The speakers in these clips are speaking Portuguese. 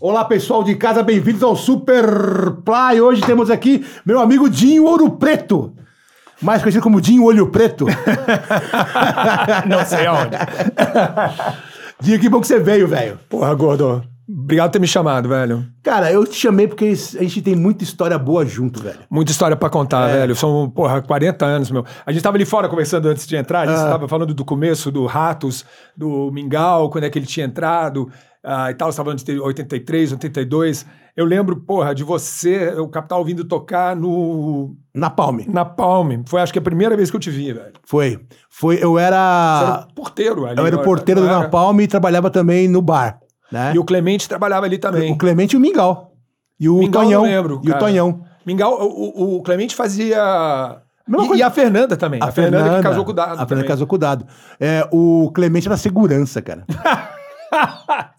Olá, pessoal de casa, bem-vindos ao Super Play. Hoje temos aqui meu amigo Dinho Ouro Preto. Mais conhecido como Dinho Olho Preto. Não sei aonde. Dinho, que bom que você veio, velho. Porra, gordo. Obrigado por ter me chamado, velho. Cara, eu te chamei porque a gente tem muita história boa junto, velho. Muita história pra contar, É. velho. São, porra, 40 anos, meu. A gente tava ali fora conversando antes de entrar, a Ah. gente tava falando do começo, do Ratos, do Mingau, quando é que ele tinha entrado ah, e tal. Você tava falando de 83, 82. Eu lembro, porra, de você, o Capital vindo tocar no... Na Palme. Na Palme. Foi, acho que, a primeira vez que eu te vi, velho. Foi. Foi, eu Você era era. porteiro ali. Ah. Eu era não o porteiro Não da era? Napalm e trabalhava também no bar. Né? E o Clemente trabalhava ali também. o Clemente e o Mingau. E o Mingau, Tonhão. eu lembro, e o cara. Tonhão. Mingau, o, o- o Clemente fazia. Mesma E, coisa. e a Fernanda também. A, Fernanda, que casou com o Dado. A Fernanda também. casou com o Dado. É, o Clemente era segurança, cara.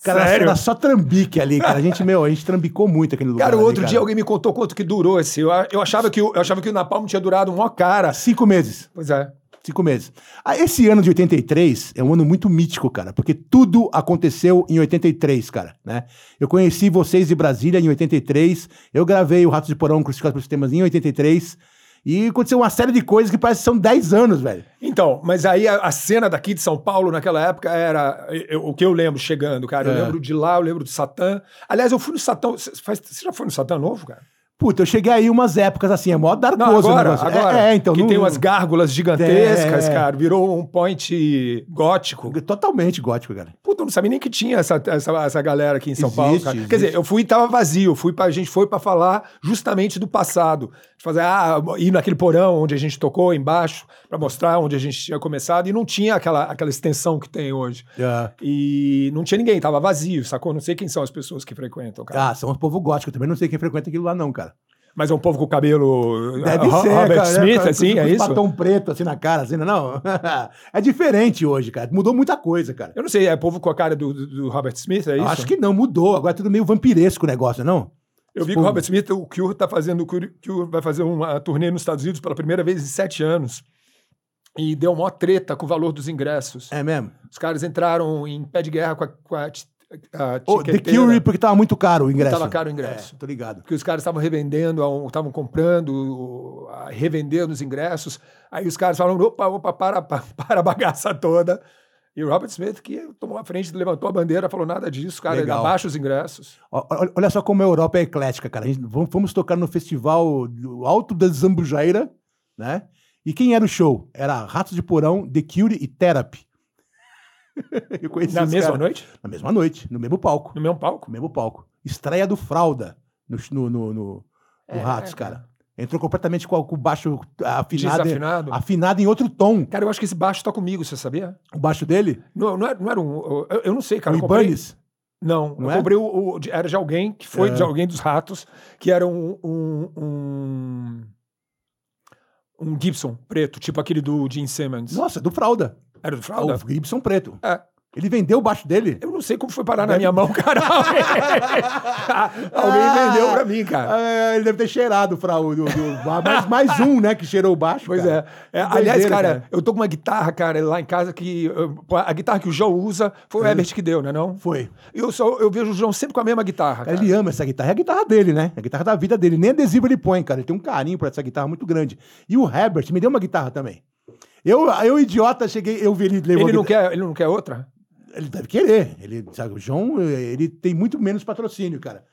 Cara, Sério? era só trambique ali, cara. A gente, meu, a gente trambicou muito aquele lugar. Cara, ali, outro dia alguém me contou quanto que durou esse. Eu, eu, achava, que, o- eu achava que o Napalm tinha durado mó cara. Cinco meses. Pois é. Cinco meses. Ah, esse ano de 83 é um ano muito mítico, cara, porque tudo aconteceu em 83, cara, né? Eu conheci vocês de Brasília em 83, eu gravei o Rato de Porão Crucificado pelos Temas em 83, e aconteceu uma série de coisas que parece que são 10 anos, velho. Então, mas aí a, a cena daqui de São Paulo naquela época era eu- o que eu lembro chegando, cara. É. Eu lembro de lá, eu lembro do Satã. Aliás, eu fui no Satã. Você faz- você já foi no Satã novo, cara? Puta, eu cheguei aí umas épocas assim, é mó Não, darkoso agora, o negócio. É, agora. É, então. Que não- tem umas gárgulas gigantescas, É. cara. Virou um point gótico. Totalmente gótico, cara. Puta, eu não sabia nem que tinha essa, essa, essa galera aqui em São Existe, Paulo. cara. existe. Quer dizer, eu fui e tava vazio. Fui pra, a gente foi pra falar justamente do passado. De fazer, ah, ir naquele porão onde a gente tocou embaixo, pra mostrar onde a gente tinha começado. E não tinha aquela, aquela extensão que tem hoje. É. E não tinha ninguém, tava vazio, sacou? Não sei quem são as pessoas que frequentam, cara. Ah, são um povo gótico. Eu também não sei quem frequenta aquilo lá, não, cara. Mas é um povo com o cabelo ah, Deve Ro- ser, Robert cara, né, Smith, cara, assim, com é esse isso? Batom preto assim na cara, assim, não. é diferente hoje, cara. Mudou muita coisa, cara. Eu não sei, é povo com a cara do, do- do Robert Smith, é isso? Acho que não, mudou. Agora é tudo meio vampiresco o negócio, não? Eu vi Tipo, que o Robert Smith, o Cure, tá fazendo. O Cure, Cure vai fazer uma turnê nos Estados Unidos pela primeira vez em sete anos. E deu mó treta com o valor dos ingressos. É mesmo. Os caras entraram em pé de guerra com a, com a, ti- a Ô, Oh, The tiqueteira, Cure, porque tava muito caro o ingresso. né? Tava caro o ingresso. É, tô ligado. Porque os caras estavam revendendo, a um- estavam comprando, a- revendendo os ingressos. Aí os caras falaram: opa, opa, para, pa- para a bagaça toda. E o Robert Smith, que tomou a frente, levantou a bandeira, falou nada disso, cara, Legal. abaixa os ingressos. Ó, ó, Olha só como a Europa é eclética, cara. A gente, vamos, fomos tocar no festival do Alto da Zambujaira, né? E quem era o show? Era Ratos de Porão, The Cure e Therapy. Eu conheci Na os mesma caras. noite? Na mesma noite, no mesmo palco. No mesmo palco? no mesmo palco. Estreia do Fralda no, no, no, no- É, no Ratos, cara. Entrou completamente com, a- com o baixo afinado, Desafinado. afinado em outro tom. Cara, eu acho que esse baixo tá comigo, você sabia? O baixo dele, Não, não, era, não era um. Eu, eu não sei, cara. o eu comprei- Ibanez. Não, Não eu é? comprei o, o de- Era de alguém que foi É. de alguém dos ratos, que era um. um, um um Gibson preto, tipo aquele do Gene Simmons. Nossa, do Fralda. Ah, Era do Fralda? O Gibson Preto. É. Ele vendeu o baixo dele. Eu não sei como foi parar na minha mão, cara. alguém Ah! vendeu pra mim, cara. É, ele deve ter cheirado o Fralda. do- do- mais, mais um, né, que cheirou o baixo. Pois cara. é. É, Que Aliás, doideira, cara, eu tô com uma guitarra, cara, lá em casa que. eu- A guitarra que o João usa foi Uhum. o Herbert que deu, né? Não? Foi. Eu, só, eu vejo o João sempre com a mesma guitarra. Cara, Cara. ele ama essa guitarra. É a guitarra dele, né? É a guitarra da vida dele. Nem adesivo ele põe, cara. Ele tem um carinho por essa guitarra muito grande. E o Herbert me deu uma guitarra também. Eu, eu idiota, cheguei, eu vi ele levou Ele a não guitarra- quer, ele não quer outra? Ele deve querer. Ele, sabe, o João, eh, ele tem muito menos patrocínio, cara.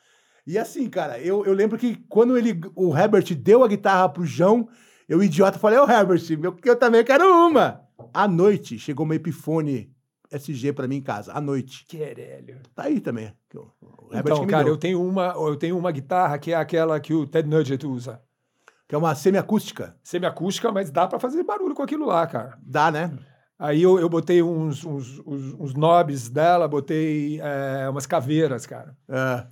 E assim, cara, eu, eu lembro que quando ele, o Herbert deu a guitarra pro João, eu, idiota, falei, ô Herbert, eu, eu também quero uma. À noite, chegou uma Epiphone SG pra mim em casa, à noite. Querelho. Tá aí também. que o- o Herbert que Então, me cara, deu, eu tenho uma, eu tenho uma guitarra que é aquela que o Ted Nugent usa. Que é uma semiacústica. Semiacústica, mas dá pra fazer barulho com aquilo lá, cara. Dá, né? Aí eu, eu botei uns, uns, uns, uns knobs dela, botei é, umas caveiras, cara. É.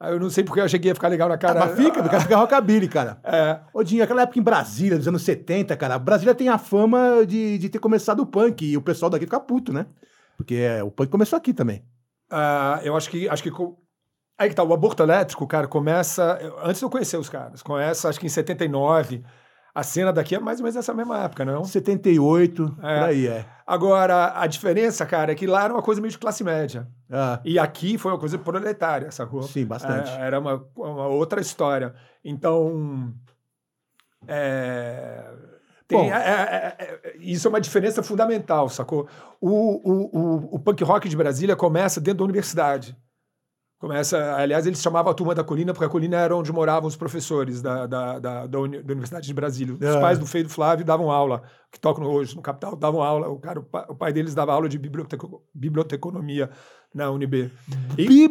Aí eu não sei porque eu achei que ia ficar legal na cara. Ah, Mas fica, fica, fica rockabilly, cara. É, Ô, Dinho, aquela época em Brasília, dos anos 70, cara, Brasília tem a fama de, de ter começado o punk e o pessoal daqui fica puto, né? Porque é, o punk começou aqui também. ah, eu acho que, acho que co- aí que tá, o aborto elétrico, cara, começa, eu- antes de eu conhecer os caras, começa acho que em 79, A cena daqui é mais ou menos essa mesma época, não? 78, por aí é. Agora, a diferença, cara, é que lá era uma coisa meio de classe média. Ah, E aqui foi uma coisa proletária, essa rua. Sim, bastante. É, era uma, uma outra história. Então. é, tem- Bom. é- é- é- é- isso é uma diferença fundamental, sacou? O, o, o, o punk rock de Brasília começa dentro da universidade. Começa, aliás, eles chamavam a turma da colina, porque a colina era onde moravam os professores da, da, da, da Uni- da Universidade de Brasília. Os Ah. pais do Feio e do Flávio davam aula, que tocam hoje no Capital, davam aula. O, cara, o, pa- o pai deles dava aula de biblioteco- biblioteconomia na UNB. E-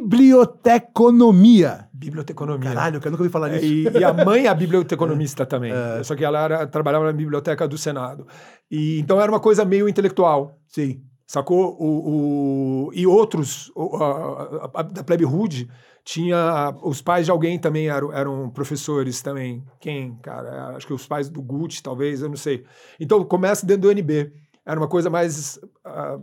biblioteconomia. Biblioteconomia. Caralho, que eu nunca ouvi falar nisso. E, e a mãe é biblioteconomista também. Só que ela era- trabalhava na biblioteca do Senado. E, então era uma coisa meio intelectual. Sim. Sacou? O, o- e outros, o- a, a- a- da Plebe Rude, tinha. Os pais de alguém também eram, eram professores também. Quem, cara? Acho que os pais do Gucci, talvez, eu não sei. Então começa dentro do NB. Era uma coisa mais. ah,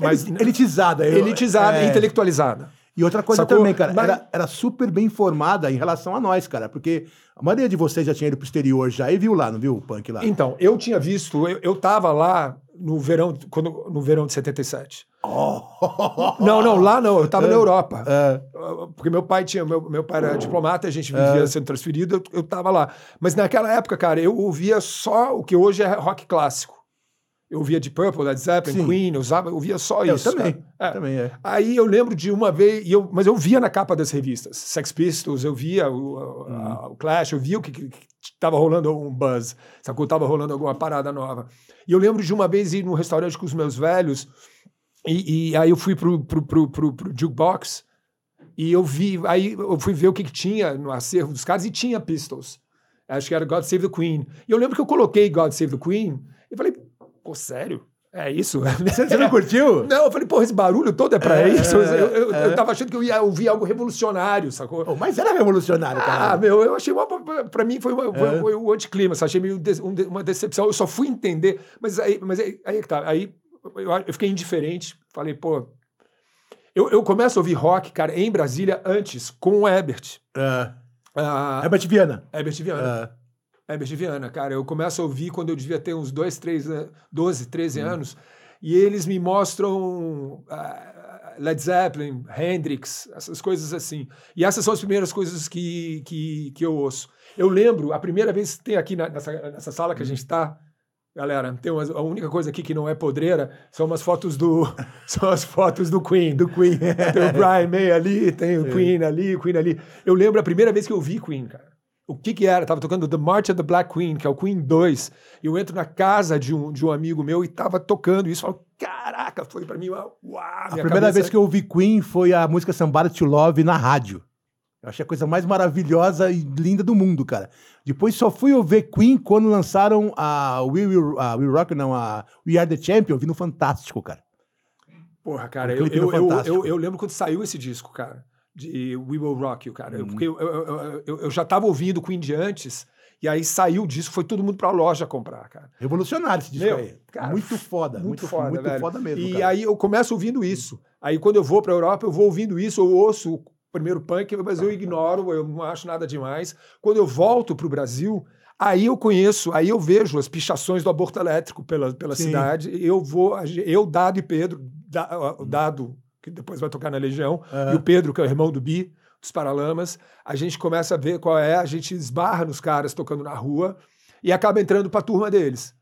mais Elit- elitizada. eu- elitizada, é. intelectualizada. E outra coisa Sacou? também, cara, Mas- era, era super bem informada em relação a nós, cara, porque a maioria de vocês já tinha ido pro exterior já e viu lá, não viu o punk lá? Então, eu tinha visto, eu, eu tava lá no verão, quando, no verão de 77. Oh. Não, não, lá não, eu tava na Ah. Europa. Ah, Porque meu pai tinha, meu, meu pai era diplomata, a gente vivia sendo transferido, eu, eu tava lá. Mas naquela época, cara, eu ouvia só o que hoje é rock clássico. Eu ouvia de Purple, Led Zeppelin, Sim. Queen, eu usava, eu ouvia só eu isso. também. cara. É. Também é. Aí eu lembro de uma vez, e eu- mas eu via na capa das revistas, Sex Pistols, eu via o, a- o Clash, eu via o que, que, que tava rolando um buzz, sacou? Tava rolando alguma parada nova. E eu lembro de uma vez ir num restaurante com os meus velhos, e, e aí eu fui pro, pro, pro, pro, pro jukebox, e eu vi, aí eu fui ver o que, que tinha no acervo dos caras, e tinha Pistols. Acho que era God Save the Queen. E eu lembro que eu coloquei God Save the Queen, e falei, pô, sério? É isso? Você, você não curtiu? Não, eu falei, porra, esse barulho todo é pra É, isso? Eu, é, eu, eu tava achando que eu ia ouvir algo revolucionário, sacou? Oh, mas era revolucionário, Ah, cara. meu, eu achei uma. pra- Pra mim foi, uma, foi, É. foi um anticlimax, achei meio de- um de- uma decepção. Eu só fui entender, mas aí, mas aí, aí é que tá. Aí eu, eu fiquei indiferente, falei, pô. Eu, eu começo a ouvir rock, cara, em Brasília antes, com o Herbert. Ah, Ah, Herbert Viana. Herbert Viana. Ah, Herbert Viana, É, cara. Eu começo a ouvir quando eu devia ter uns 2, 3, 12, 13 anos. E eles me mostram ah, Led Zeppelin, Hendrix, essas coisas assim. E essas são as primeiras coisas que, que, que eu ouço. Eu lembro, a primeira vez que tem aqui na- nessa, nessa sala que a gente tá, está, galera, tem umas- a única coisa aqui que não é podreira são umas fotos do. são as fotos do Queen. do Queen. Tem o Brian May ali, tem o Queen ali, o Queen ali. Eu lembro a primeira vez que eu vi Queen, cara. O que que era? Tava tocando The March of the Black Queen, que é o Queen 2. E eu entro na casa de um, de um amigo meu e tava tocando isso. Eu falo, caraca, foi pra mim uma... Uau, A primeira vez é que eu ouvi Queen foi a música Somebody to Love na rádio. Eu achei a coisa mais maravilhosa e linda do mundo, cara. Depois só fui eu ver Queen quando lançaram a We Will, a We Rock, não, a We Are the Champion, eu vi no Fantástico, cara. Porra, cara, Um eu, clipe do eu, eu, Fantástico. eu- eu lembro quando saiu esse disco, cara, de We Will Rock You, cara. Eu- Uhum. Porque eu, eu- eu- eu- eu já tava ouvindo Queen de antes, e aí saiu o disco, foi todo mundo pra loja comprar, cara. Revolucionário esse disco Meu, aí. cara, muito foda, muito, Muito, muito foda, foda, velho. mesmo, E cara. aí eu começo ouvindo isso. Aí quando eu vou pra Europa, eu vou ouvindo isso, eu ouço o primeiro punk, mas eu ignoro, eu não acho nada demais. Quando eu volto pro Brasil, aí eu conheço, aí eu vejo as pichações do aborto elétrico pela, pela Sim. cidade. Eu vou, eu, Dado e Pedro, Da- Hum. o Dado, que depois vai tocar na Legião, É. e o Pedro, que é o irmão do Bi, dos Paralamas, a gente começa a ver qual é, a gente esbarra nos caras tocando na rua e acaba entrando pra turma deles,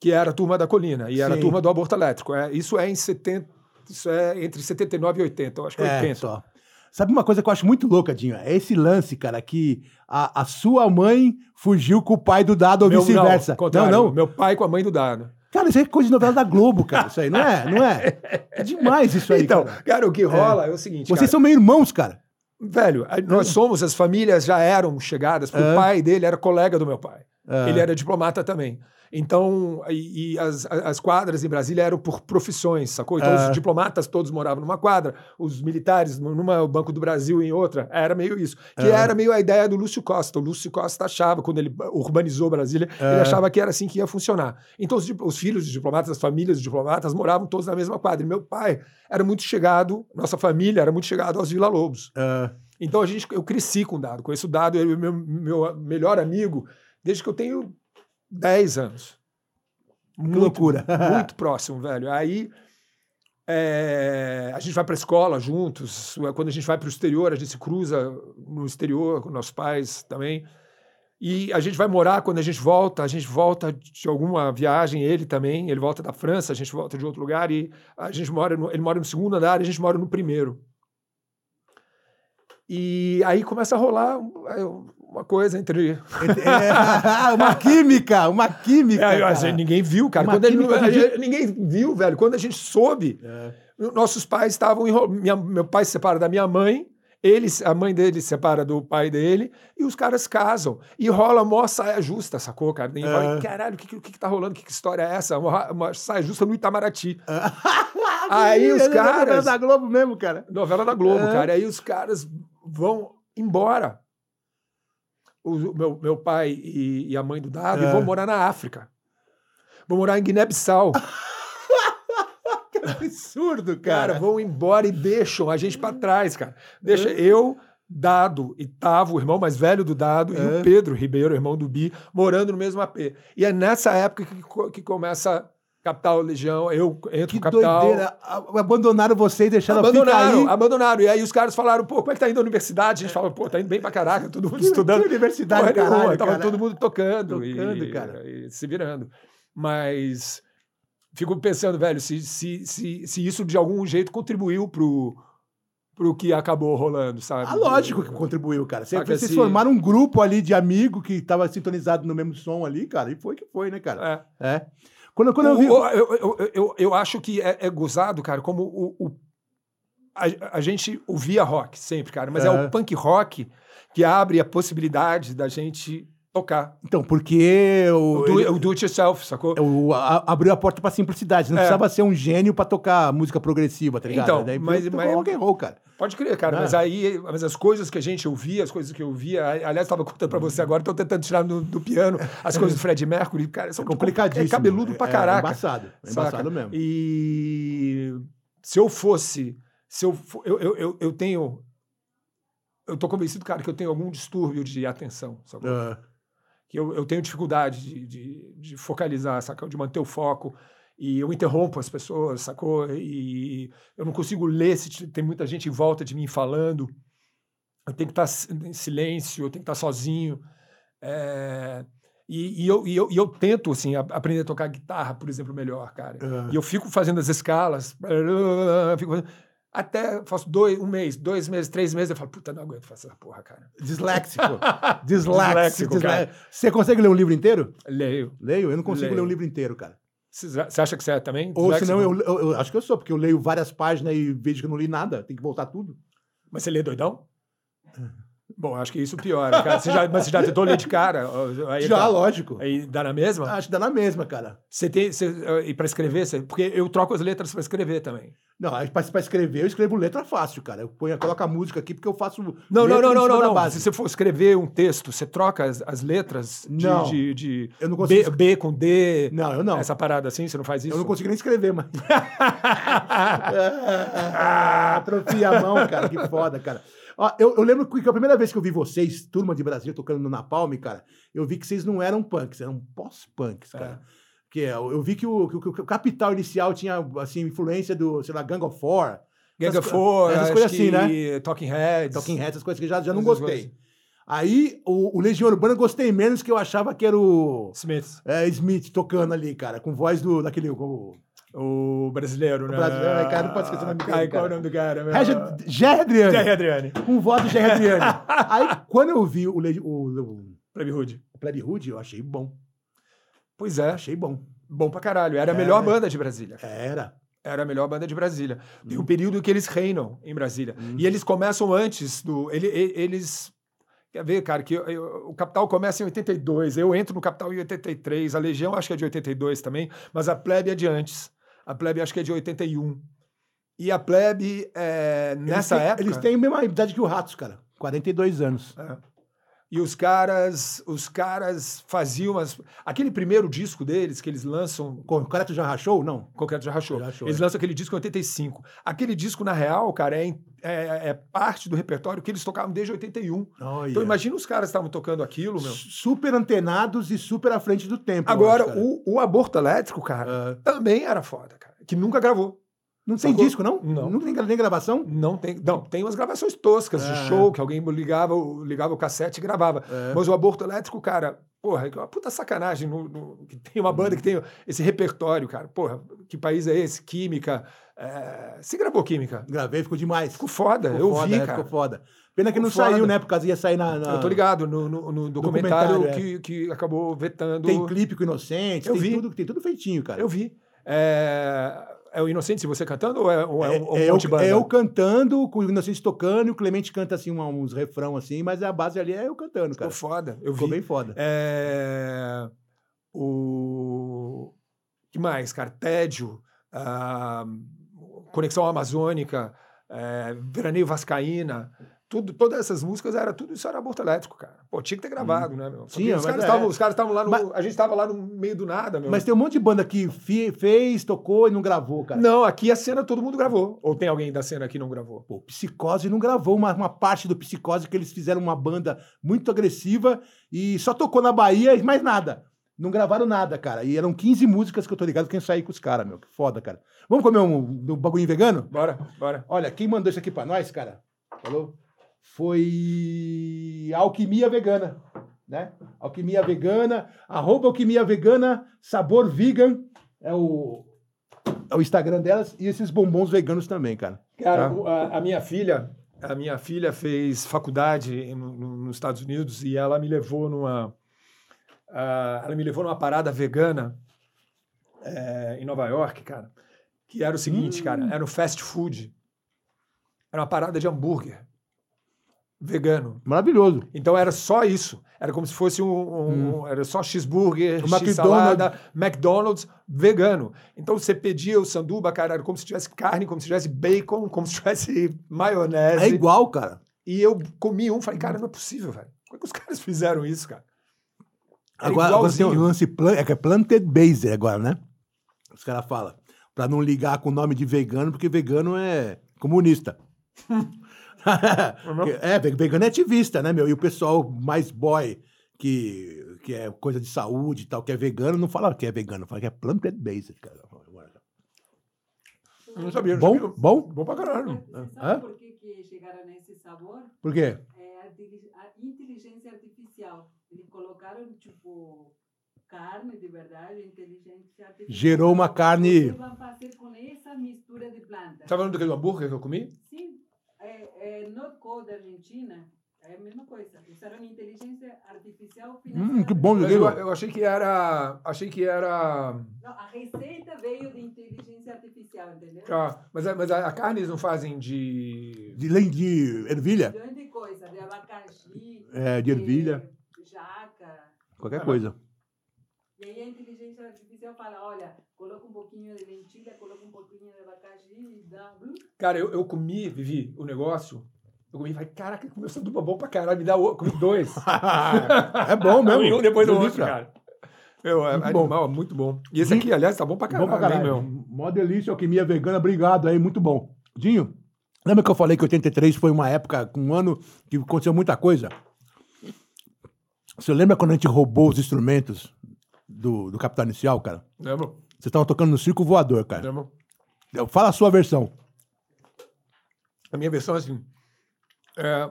que era a turma da Colina e era a Sim. turma do aborto elétrico. É, isso é em 70, isso é entre 79 e 80, eu acho que é, É, 80. só. Sabe uma coisa que eu acho muito louca, Dinho? É esse lance, cara, que a, a sua mãe fugiu com o pai do dado ou Meu- vice-versa. Não, contrário, não. meu pai com a mãe do Dado. Cara, isso aí é coisa de novela da Globo, cara. Isso aí, não é? Não é? É demais isso aí. Então, cara. cara. o que rola é, o seguinte, vocês cara, são meio irmãos, cara. velho, a- nós somos, as famílias já eram chegadas, porque É. o pai dele era colega do meu pai. É. Ele era diplomata também. Então, e, e as, as quadras em Brasília eram por profissões, sacou? Então, Ah. os diplomatas todos moravam numa quadra, os militares numa, o Banco do Brasil em outra. Era meio isso. Que Ah. era meio a ideia do Lúcio Costa. O Lúcio Costa achava, quando ele urbanizou Brasília, ele Ah. achava que era assim que ia funcionar. Então, os, di- os filhos de diplomatas, as famílias de diplomatas moravam todos na mesma quadra. E meu pai era muito chegado, nossa família era muito chegado aos Vila Lobos. Ah, Então a gente, eu cresci com o Dado, conheço o Dado, ele é meu, meu melhor amigo desde que eu tenho 10 anos. Que loucura. Muito próximo, velho. Aí é, a gente vai para a escola juntos. Quando a gente vai para o exterior, a gente se cruza no exterior com nossos pais também. E a gente vai morar quando a gente volta. A gente volta de alguma viagem, ele também. Ele volta da França, a gente volta de outro lugar. E a gente mora no, ele mora no segundo andar, a gente mora no primeiro. E aí começa a rolar um, uma coisa entre. É, uma química, uma química. É, a cara. gente, ninguém viu, cara. Uma Quando ele- química a de- gente- ninguém viu, velho. Quando a gente soube, É. nossos pais estavam. enro- minha- Meu pai se separa da minha mãe, ele, a mãe dele se separa do pai dele, e os caras casam. E rola mó saia justa, sacou, cara? Ninguém fala, É. caralho, o que, que, o que que tá rolando? Que, que história é essa? Uma, uma saia justa no Itamaraty. Aí os Ele era caras. da Globo mesmo, cara. Novela da Globo, É. cara. Aí os caras vão embora. O, o meu, meu pai e, e a mãe do Dado É. vão morar na África. Vão morar em Guiné-Bissau. Que absurdo, cara, cara. vão embora e deixam a gente Hum. pra trás, cara. Deixa É. eu, Dado e Tavo, o irmão mais velho do Dado, e É. o Pedro Ribeiro, irmão do Bi, morando no mesmo AP. E é nessa época que, co- que começa Capital Legião. Eu entro que com Capital. doideira. A- Abandonaram você e deixaram abandonaram, ficar aí. abandonaram. E aí os caras falaram, pô, como é que tá indo a universidade? A gente fala, pô, tá indo bem pra caraca, todo mundo Que- estudando. que universidade, Porra nenhuma, caralho, Tava cara. todo mundo tocando. Tocando, e, cara. e se virando. Mas fico pensando, velho, se, se, se, se isso de algum jeito contribuiu pro, pro que acabou rolando, sabe? Ah, lóco que contribuiu, cara. Você- Saca, Vocês esse- formaram um grupo ali de amigo que tava sintonizado no mesmo som ali, cara. E foi que foi, né, cara? É. É. Quando, quando eu vi. O- eu, eu, eu, eu- eu acho que é, é gozado, cara, como o, o- a, a gente ouvia rock sempre, cara, mas é. Aham. o punk rock que abre a possibilidade da gente tocar. Então, porque o, O do, ele- o do it yourself, sacou? É o- a- abriu a porta pra simplicidade. Não É. precisava ser um gênio pra tocar música progressiva, tá ligado? Então, Daí mas- tocou mas- rock and roll, cara. Pode crer, cara, É. mas aí, mas as coisas que a gente ouvia, as coisas que eu via, a- aliás, estava contando Uhum. pra você agora, tô tentando tirar do, do piano as coisas do Fred Mercury, cara, são É complicadíssimo. É cabeludo pra É, É, caraca. embaçado. É Saca? embaçado mesmo. E se eu fosse, se eu, fo- eu, eu, eu, eu tenho, eu tô convencido, cara, que eu tenho algum distúrbio de atenção, sacou? Ah, que eu, eu tenho dificuldade de, de, de focalizar, sacou? De manter o foco. E eu interrompo as pessoas, sacou? E eu não consigo ler se t- tem muita gente em volta de mim falando. Eu tenho que estar em silêncio, eu tenho que estar sozinho. É, E, e eu, e, eu, e eu tento, assim, a- aprender a tocar guitarra, por exemplo, melhor, cara. Ah. E eu fico fazendo as escalas, fico fazendo- até faço dois, um mês, dois meses, três meses, eu falo, puta, não aguento fazer essa porra, cara. Disléxico. Disléxico. Disléxico, cara. disle- Você consegue ler um livro inteiro? Leio. Leio? Eu não consigo Leio. ler um livro inteiro, cara. Você acha que você é também? Ou disléxico? senão eu, eu, eu acho que eu sou, porque eu leio várias páginas e vejo que eu não li nada, tem que voltar tudo. Mas você lê doidão? É. Bom, acho que isso piora, cara. Você já, mas você já tentou ler de cara? Aí Já, Ah. tá- lógico. Aí tá. dá na mesma? Acho que dá na mesma, cara. Você tem. Você, e pra escrever, você- porque eu troco as letras pra escrever também. Não, aí pra, pra escrever, eu escrevo letra fácil, cara. Eu ponho, coloco a música aqui porque eu faço. Não, letra não, não, em não, cima não, da não. base. Se você for escrever um texto, você troca as, as letras de, Não. de, de Eu não B, consigo. B com D. Não, eu não. Essa parada assim, você não faz isso? Eu não consigo É, nem escrever, mas. Ah, Atrofia a mão, cara, que foda, cara. Ó, eu, eu lembro que a primeira vez que eu vi vocês, turma de Brasil, tocando no Napalm, cara, eu vi que vocês não eram punks, eram pós-punks, cara. Que é, eu eu vi que o, que, o- que o Capital Inicial tinha, assim, influência do, sei lá, Gang of Four, Gang Essas of co- Four, essas acho coisas assim, que Talking Heads. Talking Heads, essas coisas que eu já, já não Essas gostei. coisas. Aí, o, o Legião Urbana eu gostei menos que eu achava que era o Smith, é, Smith tocando ali, cara, com voz do, daquele... o- o brasileiro, né? brasileiro, né, cara? Não pode esquecer o nome dele, Ai, qual é o cara. nome do cara? meu? Regis- Jerry Adriani. Jerry Adriani. com voz do Jerry Adriani. Aí, quando eu vi o, Le- o, o, Plebe Hood. o Plebe Hood, eu achei bom. Pois é, Achei bom. bom pra caralho. Era a melhor É. banda de Brasília. Era. Era a melhor banda de Brasília. Tem Hum. um período em que eles reinam em Brasília. E eles começam antes do. ele- e- eles. Quer ver, cara, que eu- eu- o Capital começa em 82. Eu entro no Capital em 83. A Legião acho que é de 82 também, mas a Plebe é de antes. A Plebe acho que é de 81. E a Plebe, é, nessa eles têm, época. Eles têm a mesma idade que o Ratos, cara. 42 anos. É. E os caras, os caras faziam as... aquele primeiro disco deles que eles lançam, O Concreto já rachou? Não. Concreto já rachou. Já rachou, eles é. lançam aquele disco em 85. Aquele disco na real, cara, é, em- é- é parte do repertório que eles tocavam desde 81. Olha. Então imagina os caras que estavam tocando aquilo, meu. Super antenados e super à frente do tempo. eu Agora, acho, cara. o, o aborto elétrico, cara, Ah, também era foda, cara. Que nunca gravou. não tem sacou? disco, não? Não. Não tem gra- nem gravação? Não tem. Não, tem umas gravações toscas É. de show que alguém ligava, o- ligava o cassete e gravava. É. Mas o aborto elétrico, cara, porra, que é uma puta sacanagem. no- no- que tem uma Uhum. banda que tem esse repertório, cara. Porra, que país é esse? Química. É... Você gravou química? Gravei, ficou demais. Ficou foda, Ficou eu foda, vi, é, cara. Ficou foda. Pena que não Ficou foda. saiu, né? Por causa ia sair na. na- Eu tô ligado no, no- no documentário, Documentário, é. que, que acabou vetando. Tem clipe com Inocente, Eu tem vi. tudo, tem tudo feitinho, cara. Eu vi. É, é o Inocente você cantando ou é, ou é, um- um é, eu, monte de banda? é eu cantando, com o Inocente tocando, e o Clemente canta assim uma- uns refrão assim, mas a base ali é eu cantando, Ficou cara. foda, eu Ficou vi. bem foda. É, o que mais, cara? Tédio, ah, Conexão Amazônica, é, Veraneio Vascaína, tudo, todas essas músicas, era tudo isso era aborto elétrico, cara. Pô, tinha que ter gravado, né, meu? Só Uhum. Tinha, que mas os caras é. estavam os caras estavam lá no... Mas- A gente estava lá no meio do nada, meu. Mas tem um monte de banda que fi- fez, tocou e não gravou, cara. Não, aqui a cena todo mundo gravou. Ou tem alguém da cena que não gravou? Pô, Psicose não gravou uma, uma parte do Psicose que eles fizeram uma banda muito agressiva e só tocou na Bahia e mais nada. Não gravaram nada, cara. E eram 15 músicas que eu tô ligado quem saí com os caras, meu. Que foda, cara. Vamos comer um, um bagulhinho vegano? Bora, bora. Olha, quem mandou isso aqui pra nós, cara, falou, foi Alquimia Vegana, né? Alquimia Vegana, arroba Alquimia Vegana, sabor vegan, é o, é o Instagram delas, e esses bombons veganos também, cara. Cara, Tá. o- a, a minha filha, a minha filha fez faculdade em- no- no- nos Estados Unidos e ela me levou numa, ah, ela me levou numa parada vegana eh, em Nova York, cara. Que era o seguinte, cara, era um fast food, era uma parada de hambúrguer vegano. Maravilhoso. Então era só isso. Era como se fosse um. um- Era só cheeseburger, Hum. O McDonald's. salada, McDonald's vegano. Então você pedia o sanduba, cara, era como se tivesse carne, como se tivesse bacon, como se tivesse maionese. É igual, cara. E eu comi um, falei, cara, não é possível, velho. Como é que os caras fizeram isso, cara? É Agora, agora tem igualzinho. o lance plan- é que é planted based agora, né? Os caras falam. Pra não ligar com o nome de vegano, porque vegano é comunista. Uhum. é, ve- vegano é ativista, né, meu? E o pessoal mais boy, que, que é coisa de saúde e tal, que é vegano, não fala que é vegano, fala que é planted based, cara. Eu não sabia. eu não Bom, sabia. bom? né? Bom pra caralho. Sabe Hã? por que, que chegaram nesse sabor? Por quê? É a, dili- a inteligência artificial. Eles colocaram, tipo, carne de verdade, inteligência artificial. Gerou uma carne- O que vão fazer com essa mistura de plantas? Tá falando daquele hambúrguer que eu comi? Sim, é, é Norco da Argentina, é a mesma coisa. Usaram inteligência artificial financiada. Hum, que bom, Mas joguei. eu, eu achei que era. Achei que era. Não, a receita veio de inteligência artificial, entendeu? ah, mas, a- mas a, a carne eles não fazem de. De, lem- de ervilha? Milhões de coisa, de abacaxi, É, de ervilha, jaca. Ah. qualquer coisa. E aí a inteligência artificial fala, olha, coloca um pouquinho de lentilha, coloca um pouquinho de abacaxi e dá... um blum. Cara, eu, eu comi, Vivi, o negócio. Eu comi e falei, caraca, comeu sanduba bom pra caralho. Me dá o- comi dois. é bom mesmo. um depois do outro, Delícia. cara. Meu, é Muito muito bom. animal, bom. muito bom. E esse aqui, aliás, tá bom pra caralho, Bom pra caralho. hein, meu? Mó delícia, alquimia vegana, obrigado aí, muito bom. Dinho, lembra que eu falei que 83 foi uma época, um ano que aconteceu muita coisa? Você lembra quando a gente roubou os instrumentos do, do Capital Inicial, cara? Lembro, Vocês estavam tocando no Circo Voador, cara. lembro. Eu- Fala a sua versão. A minha versão, assim... é,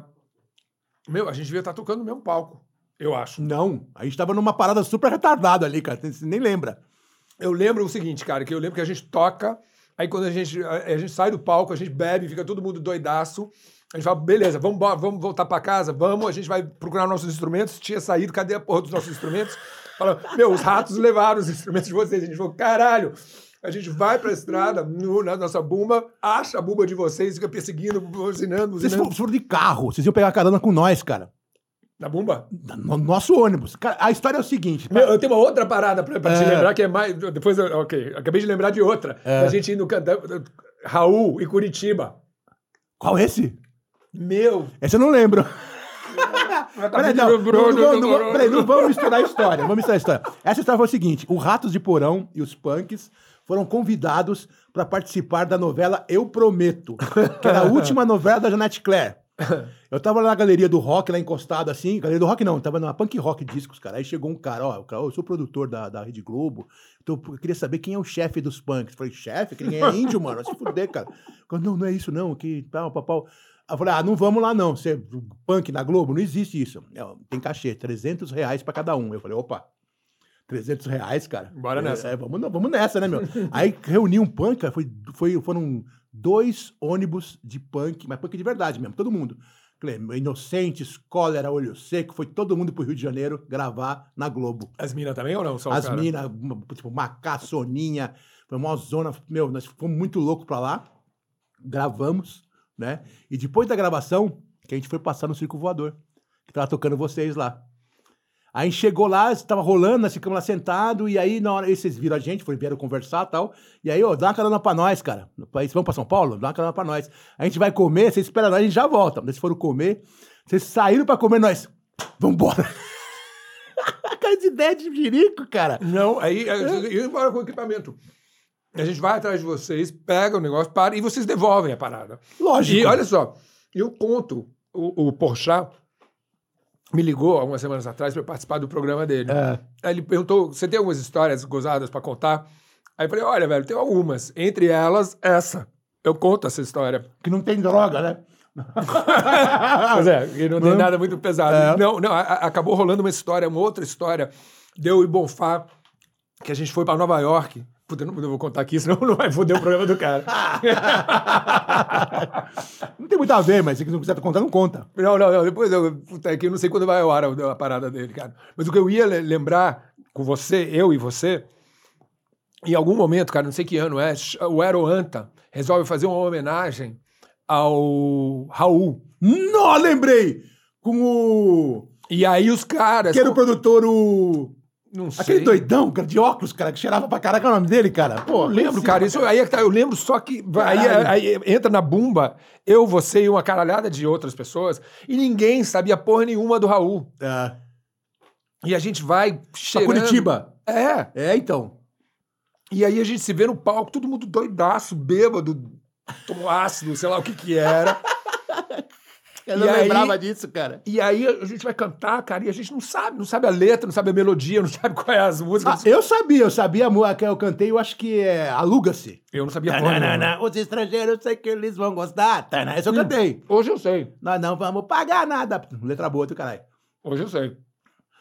Meu, a gente devia estar tocando no mesmo palco, eu acho. Não, a gente tava numa parada super retardada ali, cara, você nem lembra. Eu lembro o seguinte, cara, que eu lembro que a gente toca, aí quando a gente, a, a gente sai do palco, a gente bebe, fica todo mundo doidaço. A gente fala, beleza, vamos, embora, vamos voltar pra casa, vamos, a gente vai procurar nossos instrumentos. Tinha saído, cadê a porra dos nossos instrumentos? Fala, meu, os ratos levaram os instrumentos de vocês. A gente falou, caralho. A gente vai pra estrada, no- na nossa bumba, acha a bumba de vocês, fica perseguindo, buzinando, Vocês buzinando. foram, foram de carro, vocês iam pegar carona com nós, cara. Na bumba? No nosso ônibus. Cara, a história é o seguinte. Meu, eu tenho uma outra parada pra, pra te É. lembrar que é mais. Depois, eu- ok, acabei de lembrar de outra. É. A gente indo cantar. Raul e Curitiba. Qual é esse? Meu, Esse eu não lembro. tá Peraí, não, não, não, não, peraí, não vamos misturar a história. Vamos misturar a história. Essa história foi o seguinte: o Ratos de Porão e os Punks foram convidados para participar da novela Eu Prometo, que era a última novela da Janete Claire. Eu tava lá na galeria do rock, lá encostado assim. Galeria do rock não, tava na punk rock discos, cara. Aí chegou um cara, ó, o cara, ó, eu sou produtor da, da Rede Globo, então eu queria saber quem é o chefe dos punks. Eu falei, chefe? Que ninguém é índio, mano? Vai se fuder, cara. Eu falei, não, não é isso não, que tal, papau. Aí eu falei, ah, não vamos lá não, você punk na Globo? Não existe isso. "Não, tem cachê, 300 reais pra cada um. Eu falei, opa. 300 reais, cara. Bora É, nessa. é, vamos, vamos nessa, né, meu? Aí reuni um punk, cara, foi, foi, foram dois ônibus de punk, mas punk de verdade mesmo, todo mundo. Clem- Inocentes, Cólera, Olho Seco, foi todo mundo pro Rio de Janeiro gravar na Globo. As minas também ou não? Só o As cara? minas, tipo, Macá, Soninha, foi uma zona, meu, nós fomos muito louco pra lá, gravamos, né? E depois da gravação, que a gente foi passar no Circo Voador, que tava tocando vocês lá. Aí chegou lá, tava rolando, nós ficamos lá sentado, e aí na hora, aí vocês viram a gente, foi, vieram conversar e tal, e aí, ó, dá uma carona pra nós, cara. No país, Vamos pra São Paulo? Dá uma carona pra nós. A gente vai comer, vocês esperam nós, a gente já volta. Vocês foram comer, vocês saíram pra comer, nós, vambora. cara de ideia de jirico, cara. Não, aí É. a gente- eu embora com o equipamento. A gente vai atrás de vocês, pega o negócio, para e vocês devolvem a parada. Lógico. E olha só, eu conto, o, o Porchat me ligou algumas semanas atrás para participar do programa dele. É. Aí ele perguntou, você tem algumas histórias gozadas para contar? Aí eu falei, olha, velho, tem algumas. Entre elas, essa. Eu conto essa história. que não tem droga, né? Pois é, e não tem Hum. nada muito pesado. É. Não, não, a- a- acabou rolando uma história, uma outra história. Deu e Bonfá, que a gente foi pra Nova York. Puta, não, não vou contar aqui, senão não vai foder o programa do cara. não tem muito a ver, mas se não quiser contar, não conta. Não, não, não. Depois eu. Puta, é que eu não sei quando vai ao ar a, a parada dele, cara. Mas o que eu ia le- lembrar com você, eu e você, em algum momento, cara, não sei que ano é, ch- o Aeroanta resolve fazer uma homenagem ao Raul. Não, lembrei! Com o. E aí os caras. Que era o produtor, o. Não sei. Aquele doidão, cara, de óculos, cara, que cheirava pra caraca o nome dele, cara. Pô, Eu lembro, cara. Isso, aí é que tá, eu lembro só que. Aí, Caralho. aí entra na bumba eu, você e uma caralhada de outras pessoas, e ninguém sabia porra nenhuma do Raul. Ah, E a gente vai pra cheirando. Curitiba. É. É, então. E aí a gente se vê no palco, todo mundo doidaço, bêbado, tomou ácido, sei lá o que que era. Eu não lembrava disso, cara. E aí a gente vai cantar, cara, e a gente não sabe, não sabe a letra, não sabe a melodia, não sabe quais as Ah, músicas. eu sabia, eu sabia a música que eu cantei, eu acho que é Aluga-se. Tá, eu não Hum. sabia porra nenhuma. Tananana, Os estrangeiros, sei que eles vão gostar. Tanana, Essa eu cantei. Hoje eu sei, Nós não vamos pagar nada. Letra boa do caralho. hoje eu sei. é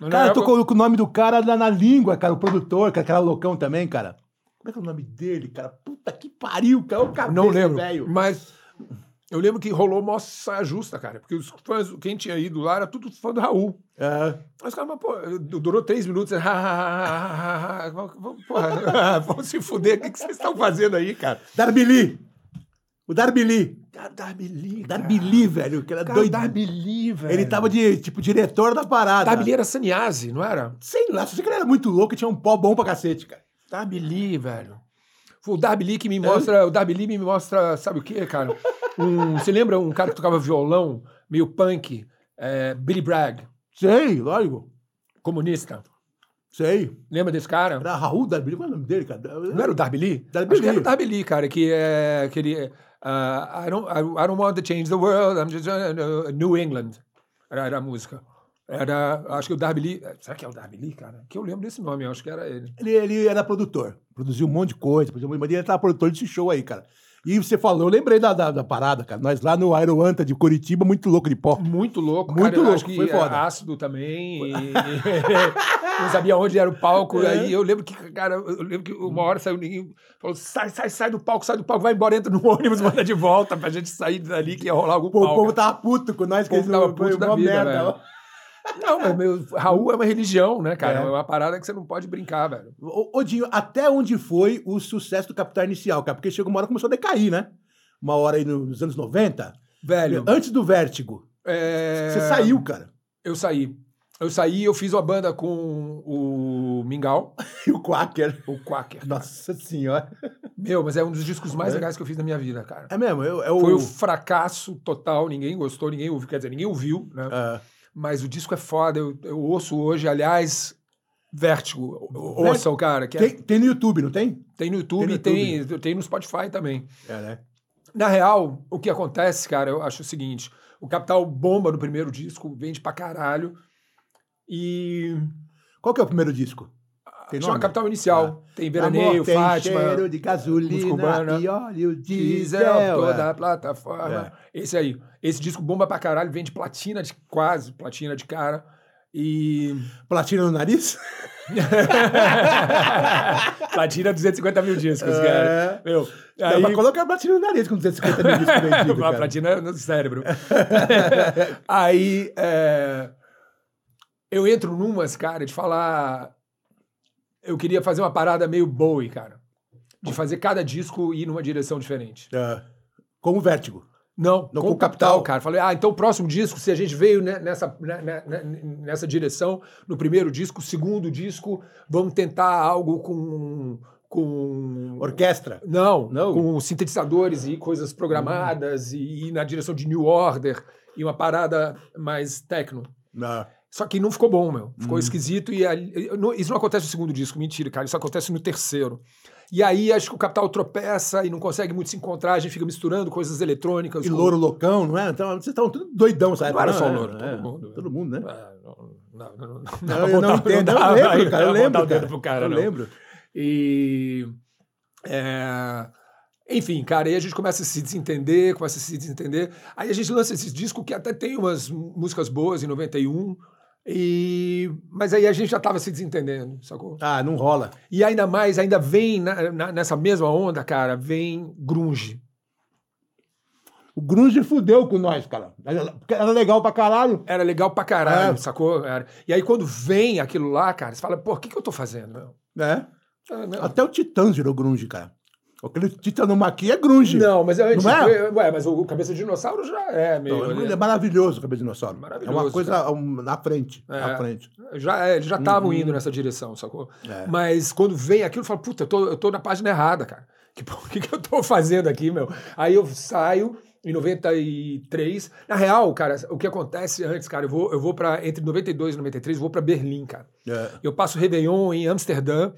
Mas na Cara, eu tô época- com com o nome do cara na, na língua, cara. O produtor, cara, que era loucão também, cara. Como é que é o nome dele, cara? Puta que pariu, cara. O cabeça Não lembro, é velho. mas eu lembro que rolou mó saia justa, cara, porque os fãs, quem tinha ido lá era tudo fã do Raul. É. Mas, cara, mas, pô, durou três minutos. Ha, ha, ha, ha, ha, ha, vamos- porra, vamos se fuder, o que que vocês estão fazendo aí, cara? Darbili. O Darbili. Cara, Darbili. cara. Darbili, velho. Que era Cara, doido. Darbili, velho. Ele tava de, tipo, diretor da parada. Darbili era Saniase, não era? Sei lá, só sei que ele era muito louco e tinha um pó bom pra cacete, cara. Darbili, velho. Foi o Darbili que me mostra. O Darbili me mostra, sabe o quê, cara? Um, você lembra um cara que tocava violão, meio punk? É, Billy Bragg, Sei, lógico. comunista. Sei. Lembra desse cara? Era Raul Darbili. Qual é o nome dele, cara? Não era o Darbili? Darbili. Acho que era o Darbili, cara, que é. Que ele, é, ah, I, don't, I, I don't want to change the world, I'm just. uh, New England. Era, era a música. Era. Acho que o Darbili. Será que é o Darbili, cara? Que eu lembro desse nome, eu acho que era ele. Ele, ele era produtor, produziu um monte de coisa, produziu um monte de- mas ele era produtor desse show aí, cara. E você falou, eu lembrei da, da, da parada, cara. Nós lá no Aeroanta de Curitiba, muito louco de pó. Muito louco, Muito cara. eu louco, acho que foi foda. era ácido também. e- não sabia onde era o palco. É. Aí eu lembro que, cara, eu lembro que uma hora saiu ninguém. Falou: sai, sai, sai do palco, sai do palco, vai embora, entra no ônibus, manda de volta pra gente sair dali que ia rolar algum Pô, o palco. povo tava puto com nós, O que eles povo tava não- puto da mó vida, velho. Não, mas meu, Raul é uma religião, né, cara? É. É. uma parada que você não pode brincar, velho. Ô, ô, Dinho, até onde foi o sucesso do Capital Inicial, cara? Porque chegou uma hora que começou a decair, né? Uma hora aí nos anos 90. Velho, Antes do Vértigo. é, Você saiu, cara. Eu saí. Eu saí, eu fiz uma banda com o Mingau, E o Quaker. o Quaker. cara. Nossa senhora. Meu, mas é um dos discos mais legais que eu fiz na minha vida, cara. É mesmo, eu- é o... Foi um fracasso total, ninguém gostou, ninguém ouviu, quer dizer, ninguém ouviu, né? Ah, Mas o disco é foda, eu, eu ouço hoje, aliás, Vértigo. o- Ouçam, cara. Que é- Tem, tem no YouTube, não tem? tem no YouTube, tem no tem, tem, no Spotify também. É, né? Na real, o que acontece, cara, eu acho o seguinte: o Capital bomba no primeiro disco, vende pra caralho. E. Qual que é o primeiro disco? Tem Ah, chama nome? Ah. Capital Inicial. Tem Amor Veraneio, tem Fátima. cheiro de música gasolina urbana, né? e óleo diesel. Diesel, é. toda a plataforma. Esse aí. Esse disco bomba pra caralho, vende platina de quase, platina de cara. E. Platina no nariz? platina 250 mil discos, cara. É. Meu, Dá aí- pra colocar platina no nariz com 250 mil discos vendidos, a cara. platina no cérebro. aí é, eu entro numas, cara, de falar. Eu queria fazer uma parada meio Bowie, cara. De fazer cada disco ir numa direção diferente. É. Com o Vértigo. Não, Não, com, com o capital, Capital. cara. Falei, ah, então o próximo disco, se a gente veio né, nessa, né, né, né, nessa direção, no primeiro disco, segundo disco, vamos tentar algo com. com Orquestra. não, Não? com sintetizadores e coisas programadas e, e na direção de New Order e uma parada mais techno. Não. Só que não ficou bom, meu. Ficou Uhum. esquisito e ali- e não- isso não acontece no segundo disco, mentira, cara. Isso acontece no terceiro. E aí acho que o Capital tropeça e não consegue muito se encontrar, a gente fica misturando coisas eletrônicas. E com- Louro Loucão, não é? Então, vocês estavam tudo doidão, sabe? Não era só é, louro, todo é. mundo. Todo mundo, né? Ah, não, não, não, não, Não, dá pra eu não botar- entendo. dá eu pra- lembro, cara. dá Eu pra botar lembro, o dedo cara. pro cara, eu não. lembro. E. é, enfim, cara, aí a gente começa a se desentender, começa a se desentender. Aí a gente lança esse disco que até tem umas músicas boas em 91. E... Mas aí a gente já estava se desentendendo, sacou? Ah, não rola. E ainda mais, ainda vem na- na- nessa mesma onda, cara, vem grunge. O Grunge fudeu com nós, cara. Porque Era legal pra caralho. Era legal pra caralho, É. sacou? Era. E aí quando vem aquilo lá, cara, você fala, pô, o que, que eu tô fazendo? meu? né? Ah, não. Até o Titãs virou Grunge, cara. Aquele Titanomaquia é Grunge. Não, mas eu, Não é? Ué, mas o Cabeça de Dinossauro já é meio. Não, né? ele é maravilhoso, o Cabeça de Dinossauro. Maravilhoso, é uma coisa um, na frente. É. Na frente. Já, é, eles já estavam indo nessa direção, sacou? É. Mas quando vem aquilo, eu falo, puta, eu tô, eu tô na página errada, cara. Que porra, que, que eu tô fazendo aqui, meu? Aí eu saio em 93. Na real, cara, o que acontece antes, cara, eu vou, eu vou para entre 92 e 93, eu vou pra Berlim, cara. É. Eu passo Réveillon em Amsterdã.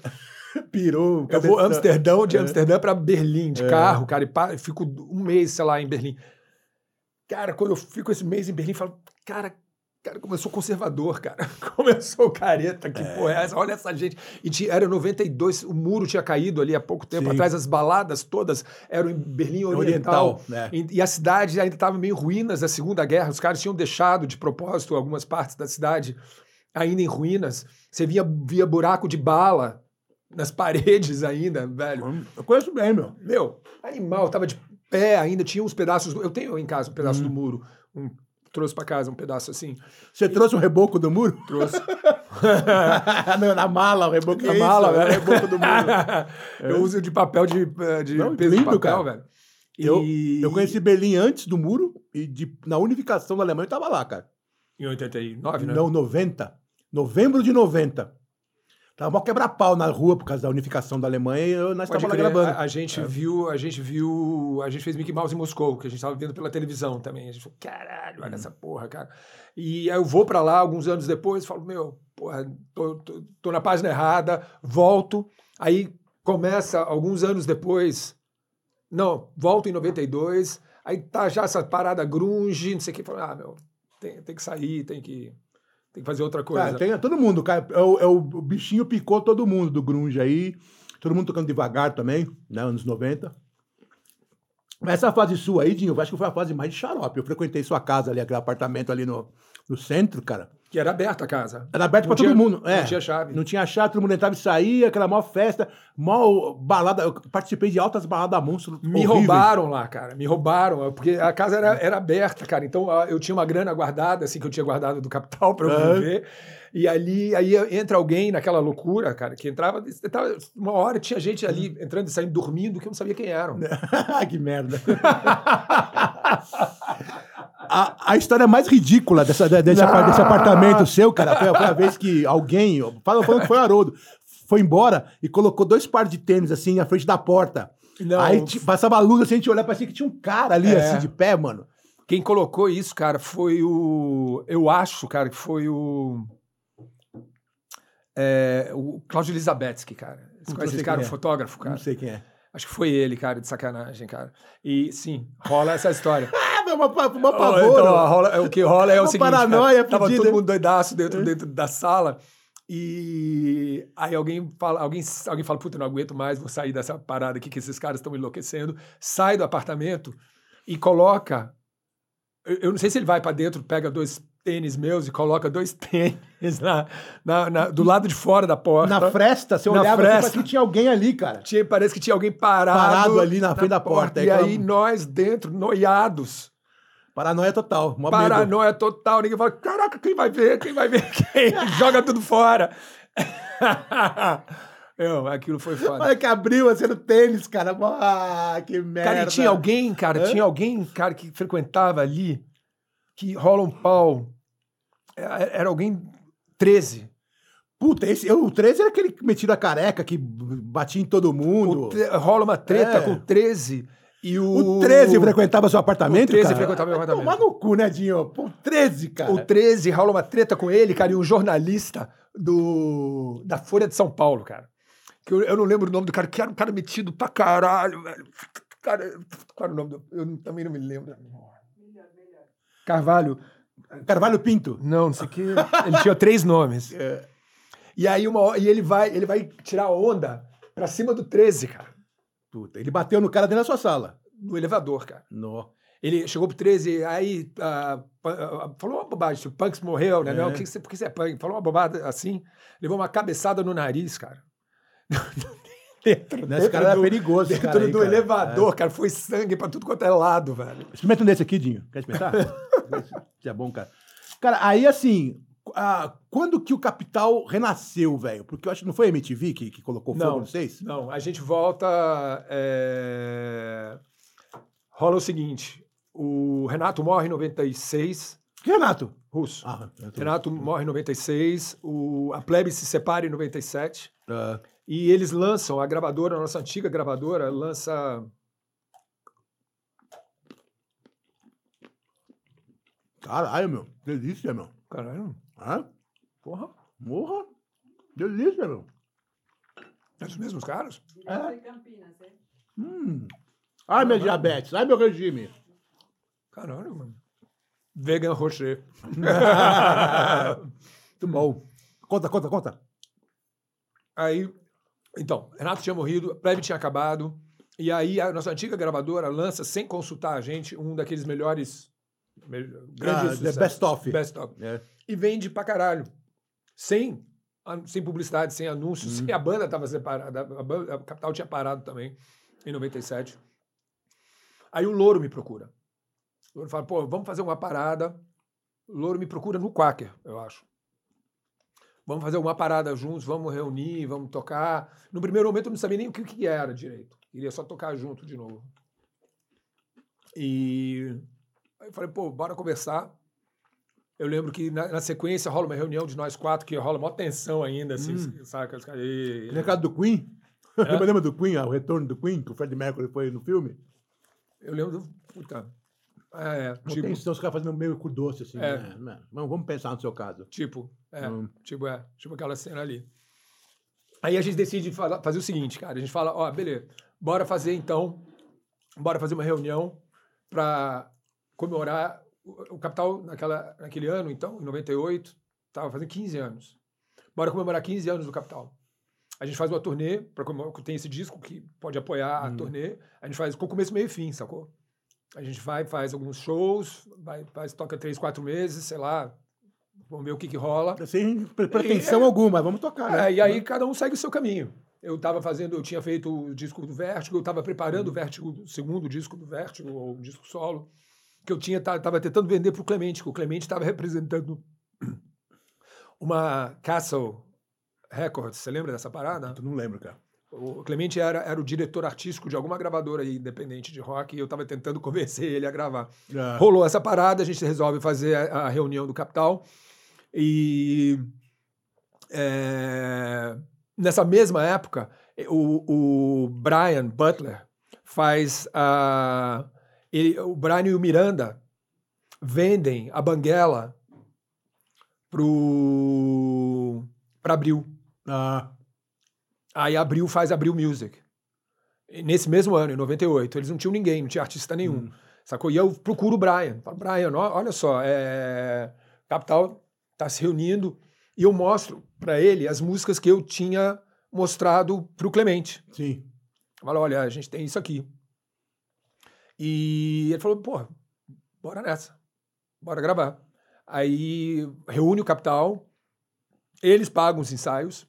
Pirou. Eu vou cabeça- Amsterdão, de É. Amsterdã pra Berlim, de É. carro, cara, e pa- fico um mês, sei lá, em Berlim. Cara, quando eu fico esse mês em Berlim, eu falo, cara, cara, como eu sou conservador, cara. Como eu sou careta, que porra é essa? Olha essa gente. E ti- era 92, o muro tinha caído ali há pouco tempo Sim. É atrás, as baladas todas eram em Berlim É Oriental. Oriental. né? E, e a cidade ainda estava meio em ruínas da Segunda Guerra. Os caras tinham deixado de propósito algumas partes da cidade ainda em ruínas. Você via, via buraco de bala nas paredes ainda, velho. Eu conheço bem, meu. Meu, animal, tava de pé ainda, tinha uns pedaços. do- eu tenho em casa um pedaço Hum. do muro. Um- trouxe pra casa um pedaço assim. Você trouxe o reboco do muro? Trouxe. Não, na mala, o reboco Na é isso, É. mala, é né? velho. O reboco do muro. É. eu uso de papel de, eh, de Não, peso de lindo, papel, cara. velho. Eu- E- Eu conheci Berlim antes do muro e de- na unificação da Alemanha eu tava lá, cara. Em 89, né? Não, 90. Novembro de 90. Tava mó quebra-pau na rua por causa da unificação da Alemanha e eu- nós Pode estávamos lá crer. gravando. É. A, a gente viu, a gente viu, a gente fez Mickey Mouse em Moscou, que a gente tava vendo pela televisão também. A gente falou, caralho, Hum. olha essa porra, cara. E aí eu vou pra lá alguns anos depois, falo, meu, porra, tô, tô- tô na página errada, volto. Aí começa alguns anos depois, não, volto em 92, aí tá já essa parada grunge, não sei o que, falo, ah, meu, tem, tem que sair, tem que, tem que fazer outra coisa. Cara, Tá, tem todo mundo, cara. É o, é o- o bichinho picou todo mundo do grunge aí. Todo mundo tocando devagar também, né? Anos 90. Mas essa fase sua aí, Dinho, eu acho que foi a fase mais de xarope. Eu frequentei sua casa ali, aquele apartamento ali no, no centro, cara. Que era aberta a casa. Era aberto Não pra tinha- todo mundo. É. não tinha chave. Não tinha chave, todo mundo entrava e saía, aquela maior festa, maior balada. Eu participei de altas baladas monstro. Me horríveis. roubaram lá, cara. Me roubaram, porque a casa era, era aberta, cara. Então a- eu tinha uma grana guardada, assim, que eu tinha guardado do capital para eu Ah. viver. E ali aí entra alguém naquela loucura, cara, que entrava, entrava- Uma hora tinha gente ali entrando e saindo dormindo que eu não sabia quem eram. Né? que merda. A, a história mais ridícula dessa, de- desse, apar- desse apartamento seu, cara, foi, a- foi a vez que alguém, fala- falando que foi o Haroldo, foi embora e colocou dois pares de tênis assim na frente da porta. Não. Aí ti- passava a luz assim, a gente olhava, parecia que tinha um cara ali, É. assim, de pé, mano. Quem colocou isso, cara, foi o. Eu acho, cara, que foi o. É, o Claudio Elizabetsky, cara. Você Não conhece sei esse cara, o quem é. fotógrafo, cara? Não sei quem é. Acho que foi ele, cara, de sacanagem, cara. E sim, rola essa história. Ah, meu, uma, pa- uma Ó, pavor. então, ó, rola- o que rola é o Uma seguinte: paranoia É. cara, tava fudida. todo mundo doidaço dentro, dentro da sala. E aí alguém fala, alguém, alguém fala, puta, não aguento mais, vou sair dessa parada aqui que esses caras estão enlouquecendo. Sai do apartamento e coloca. Eu, eu não sei se ele vai pra dentro, pega dois tênis meus e coloca dois tênis na, na- na- do lado de fora da porta. na fresta, você Na olhava fresta. Assim, pra que tinha alguém ali, cara. Tinha- parece que tinha alguém parado, Parado ali na frente da porta, E é aquela- aí nós dentro, noiados. Paranoia total. Mó medo. Paranoia total. Ninguém fala, caraca, quem vai ver? Quem vai ver? Quem? Joga tudo fora. Meu, aquilo foi foda. Olha que abriu, assim, no tênis, cara. Mó- Ah, que merda. Cara, e tinha alguém, cara, Hã? tinha alguém, cara, que frequentava ali, que rola um pau. É, Era alguém 13. Puta, esse, eu, o 13 era aquele metido a careca que b- batia em todo mundo. O tre- rola uma treta É. com 13 e o... O 13 frequentava seu apartamento, O 13 cara? frequentava meu Vai apartamento. Tomar no cu, né, Dinho? Pô, 13, cara. O 13 rola uma treta com ele, cara, e um jornalista do da Folha de São Paulo, cara. Que eu, eu não lembro o nome do cara, que era um cara metido pra caralho, velho. Cara, qual era o nome do. Eu não- também não me lembro. Melhor, melhor. Carvalho. Carvalho Pinto. Não, não sei o quê. Ele tinha três nomes. É. E aí uma, hora- e ele vai, ele vai tirar onda pra cima do 13, cara. Puta, ele bateu no cara dentro da sua sala. No elevador, cara. No. Ele chegou pro 13, aí ah, pa- ah, falou uma bobagem, tipo, Punks morreu, né? É. Não, que que você- por que você é punk? Falou uma bobada assim, levou uma cabeçada no nariz, cara. dentro Né? Esse cara era do, perigoso, esse dentro cara aí, do cara. elevador, cara, foi sangue pra tudo quanto é lado, velho. É. Experimenta um desse aqui, Dinho. Quer experimentar? Isso é bom, cara. Cara, aí assim, ah, quando que o Capital renasceu, velho? Porque eu acho que não foi a MTV que, que colocou fogo Não. não sei se Não, a gente volta. é, Rola o seguinte: o Renato morre em 96, Renato. russo. Ah, eu tô- Renato morre em 96, o, a plebe se separa em 97. Ah, E eles lançam, a gravadora, a nossa antiga gravadora, lança. caralho, meu. Delícia, meu. Caralho, Ah, porra, morra. Delícia, meu. é os mesmos caras? Ah. Direto de Campinas, é? Hum. Ai, minha diabetes. Ai, meu regime. Caralho, mano. Vegan Rocher. Muito bom. Conta, conta, conta. Aí, então, Renato tinha morrido, a plebe tinha acabado. E aí a nossa antiga gravadora lança, sem consultar a gente, um daqueles melhores. me- Ah, grandes the sucessos. best of. Best of. É. E vende pra caralho. Sem, an- sem publicidade, sem anúncio, Uhum. sem a banda estava separada. A, ban- a Capital tinha parado também, em 97. Aí o Louro me procura. O Louro fala, pô, vamos fazer uma parada. O Louro me procura no Quaker, eu acho. Vamos fazer uma parada juntos, vamos reunir, vamos tocar. No primeiro momento eu não sabia nem o que, que era direito. Queria só tocar junto de novo. E aí eu falei, pô, bora conversar. Eu lembro que na, na sequência rola uma reunião de nós quatro, que rola mó tensão ainda, assim, saca? Os caras, "Ê, ê, ê". Recado É. do Queen. Lembra, lembra do Queen, ah, o retorno do Queen, que o Fred Mercury foi no filme? Eu lembro do. Puta. É, Não tipo, tem senão os caras fazendo meio com doce, assim. É. né? Não, Vamos vamos pensar no seu caso. tipo, é, Hum. tipo, é, tipo aquela cena ali. Aí a gente decide fala- fazer o seguinte, cara. A gente fala, ó, beleza, bora fazer então, bora fazer uma reunião pra comemorar o, o Capital naquela, naquele ano, então, em 98, tava fazendo 15 anos. Bora comemorar 15 anos do Capital. A gente faz uma turnê, pra comemorar, tem esse disco que pode apoiar a turnê. A gente faz com começo, meio e fim, sacou? A gente vai, faz alguns shows, vai, faz, toca três, quatro meses, sei lá, vamos ver o que, que rola. Sem pre- pretensão alguma, vamos tocar. né? É, e aí cada um segue o seu caminho. Eu estava fazendo, eu tinha feito o disco do Vértigo, eu estava preparando o Vértigo, o segundo disco do Vértigo, ou o disco solo, que eu tinha estava tentando vender para o Clemente, que o Clemente estava representando uma Castle Records. Você lembra dessa parada? Tu não lembro, cara. O Clemente era, era o diretor artístico de alguma gravadora aí, independente de rock, e eu estava tentando convencer ele a gravar. Ah, Rolou essa parada, a gente resolve fazer a, a reunião do capital. E é, nessa mesma época, o, o Brian Butler faz a. ele- o Brian e o Miranda vendem a banguela pro para Abril. Ah, Aí Abril faz Abril Music. E Nesse mesmo ano, em 98, eles não tinham ninguém, não tinha artista Hum. nenhum. Sacou? E eu procuro o Brian. Falo, Brian, ó, olha só, é... Capital tá se reunindo e eu mostro para ele as músicas que eu tinha mostrado pro Clemente. sim. Fala, olha, a gente tem isso aqui. E ele falou, pô, bora nessa. Bora gravar. Aí reúne o capital, eles pagam os ensaios.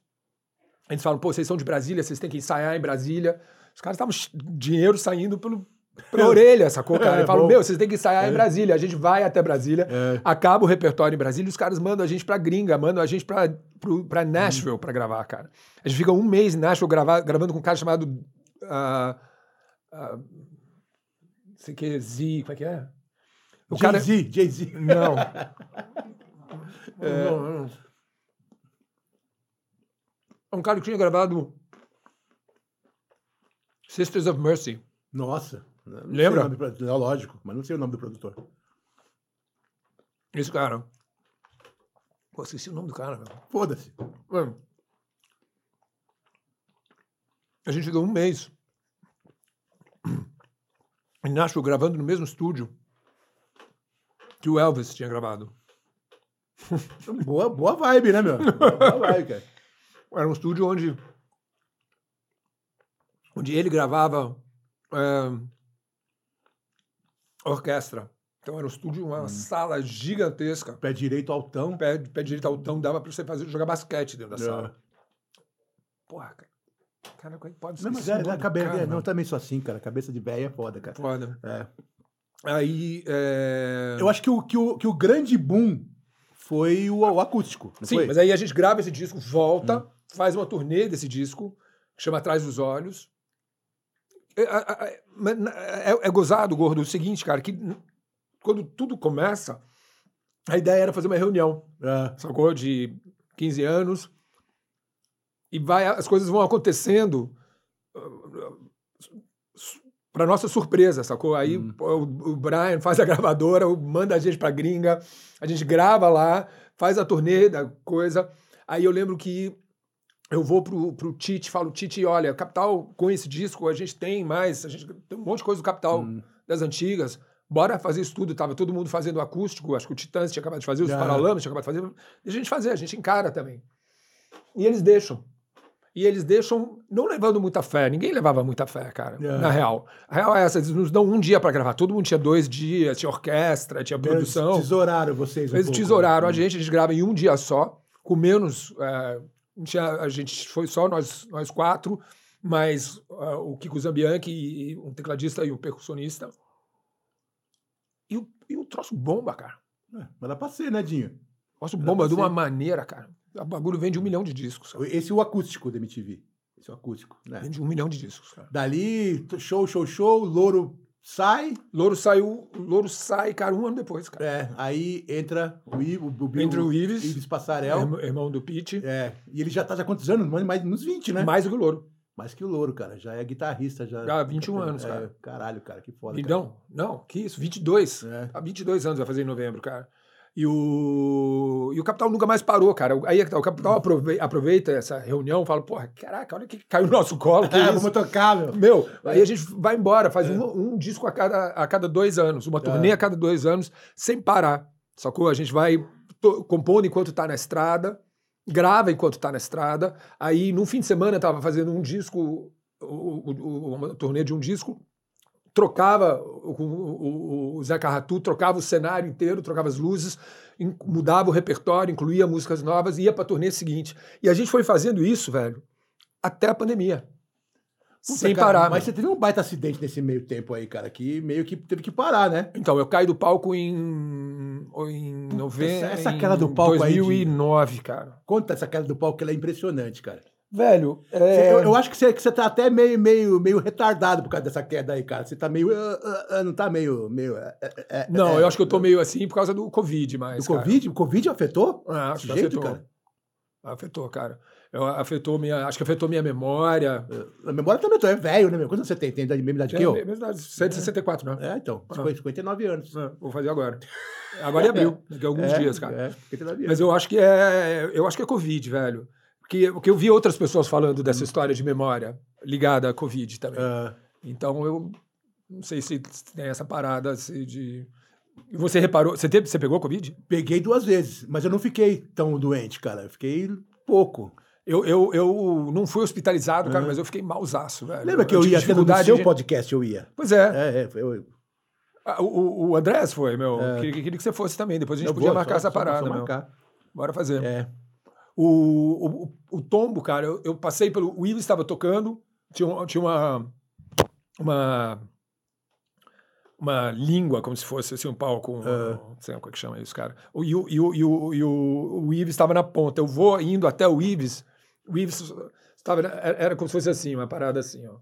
Eles falam, pô, vocês são de Brasília, vocês têm que ensaiar em Brasília. Os caras estavam ch- dinheiro saindo pelo, pela orelha, sacou, É, cara? Ele falou, bom. meu, vocês têm que ensaiar É. em Brasília. A gente vai até Brasília, É. acaba o repertório em Brasília, e os caras mandam a gente pra gringa, mandam a gente pra, pro- pra Nashville pra gravar, cara. A gente fica um mês em Nashville gravar- gravando com um cara chamado. ah, ah, não sei o que, Z, como é que é? O cara. Jay-Z, Jay-Z. Não. É Não, não. É um cara que tinha gravado Sisters of Mercy. Nossa. Não sei Lembra? o nome do produtor, é Lógico, mas não sei o nome do produtor. Esse cara. Pô, esqueci o nome do cara, meu. Foda-se. Mano, a gente ficou um mês em Nashville gravando no mesmo estúdio que o Elvis tinha gravado. Então, Boa, boa vibe, né, meu? Boa vibe, cara. Era um estúdio onde, onde ele gravava é, orquestra. Então era um estúdio, Hum. uma sala gigantesca. Pé direito altão. Pé, pé direito altão, dava pra você fazer, jogar basquete dentro da né? É. sala. Porra, cara. Cara, como é que pode Não, mas esquecer o é, nome é, do cabeça, cara, é, não, mano? eu também sou assim, cara. Cabeça de véia é foda, cara. Foda. É. Aí. É... Eu acho que o, que o, que o grande boom foi o, o acústico. Não Sim, foi? Hum. mas aí a gente grava esse disco, volta, faz uma turnê desse disco, que chama Atrás dos Olhos. É, é, é, mas na- é- é gozado, gordo, o seguinte, cara, que n- quando tudo começa, a ideia era fazer uma reunião, É, sacou? De 15 anos. E vai, as coisas vão acontecendo para nossa surpresa, sacou? Aí Hum. pô, o, o Brian faz a gravadora, o- manda a gente pra gringa, a gente grava lá, faz a turnê da coisa. Aí eu lembro que eu vou pro, pro Tite, falo, Tite, olha, Capital com esse disco, a gente tem mais, a gente tem um monte de coisa do Capital Hum. das antigas. Bora fazer isso tudo, tava todo mundo fazendo acústico, acho que o Titãs tinha acabado de fazer, os Ah. Paralamas tinha acabado de fazer. Deixa a gente fazer, a gente encara também. E eles deixam. E eles deixam, não levando muita fé, ninguém levava muita fé, cara, É. na real. A real é essa, eles nos dão um dia pra gravar, todo mundo tinha dois dias, tinha orquestra, tinha produção. Eles tesouraram vocês. um Eles pouco, tesouraram né? a gente, a gente grava em um dia só, com menos. é, não tinha- a gente foi só nós, nós quatro, mas é, o Kiko Zambianchi, e um tecladista e um percussionista. E o, e o troço bomba, cara. É, mas dá pra ser, né, Dinho? O troço Dá bomba pra de uma ser. maneira, cara. O bagulho vende um milhão de discos. Cara. Esse é o acústico da MTV. Esse é o acústico. Né? Vende um milhão de discos, cara. Dali, t- show, show, show, louro sai. Louro saiu, Louro sai, cara, um ano depois, cara. É, aí entra o, I, o, o, Entre o Ives, É, é, Ives Passarel. irmão, irmão do Pete, É. e ele já tá já há quantos anos? Mais, mais uns 20, né? mais do que o Louro. Mais que o louro, cara. Já é guitarrista. Já, Já há 21 anos, É, cara. Caralho, cara, que foda. cara. Não, não, que isso, 22. É. Há 22 anos vai fazer em novembro, cara. E o, e o Capital nunca mais parou, cara. Aí é que tá, o Uhum. Capital aprove- aproveita essa reunião fala, porra, caraca, olha o que caiu no nosso colo. Que É, isso? vamos É. tocar, meu. Meu, aí a gente vai embora, faz um, um disco a cada, a cada dois anos, uma É. turnê a cada dois anos, sem parar. Sacou? A gente vai to- compondo enquanto tá na estrada, grava enquanto tá na estrada. Aí, num fim de semana, tava fazendo um disco, o- o- o- uma turnê de um disco, trocava o, o, o- o Zé Carratu, trocava o cenário inteiro, trocava as luzes, in- mudava o repertório, incluía músicas novas, ia pra turnê seguinte. E a gente foi fazendo isso, velho, até a pandemia. Puta, sem cara, parar. Mas mano. você teve um baita acidente nesse meio tempo aí, cara, que meio que teve que parar, né? Então, eu caí do palco em. ou em novembro. essa- essa queda do palco aí de- 2009, cara. Conta essa cara do palco, que ela é impressionante, cara. Velho, Você- é. Eu, eu acho que você, que você tá até meio, meio, meio retardado por causa dessa queda aí, cara. Você tá meio. ah, ah, ah, não tá meio. meio ah, ah, ah, Não, é, eu acho que eu tô meio assim por causa do Covid, mas. Do Covid? O Covid afetou? Cara, ah, acho Desse que jeito, afetou. cara? Afetou, cara. Eu, afetou minha, acho que afetou minha memória. A memória também tô, é velho, né, meu? Quanto você tem? Tem a mesma idade que É, eu? mesma idade, 164, né? É, então. 50, 59 anos. É, Vou fazer agora. Agora em abril, daqui a alguns é, dias, cara. É, 59 anos. Mas eu acho que é, eu acho que é Covid, velho. Porque, porque eu vi outras pessoas falando dessa Uhum. história de memória ligada à Covid também. Ah, Então eu não sei se tem essa parada assim, de. E Você reparou? Você, teve, você pegou Covid? peguei duas vezes, mas eu não fiquei tão doente, cara. Eu fiquei pouco. Eu, eu, eu não fui hospitalizado, cara, mas eu fiquei mausaço, velho. É. Lembra que eu, tive ia tendo no dificuldade seu de- podcast, eu ia. Pois é. É, é, eu, eu Ah, O, o Andrés foi, meu. Que- que- Queria que você fosse também. Depois a gente eu podia vou, marcar É. só- essa só- só parada, meu. marcar. Bora fazer. É. O, o, o tombo, cara, eu, eu passei pelo. O Ives estava tocando, tinha, um- tinha uma. Uma. Uma língua, como se fosse assim, um palco. um- Não sei como é que chama isso, cara. O- E o, e o, e o, e o, o Ives estava na ponta. Eu vou indo até o Ives. O Ives estava. Era, era como se fosse assim, uma parada assim, ó.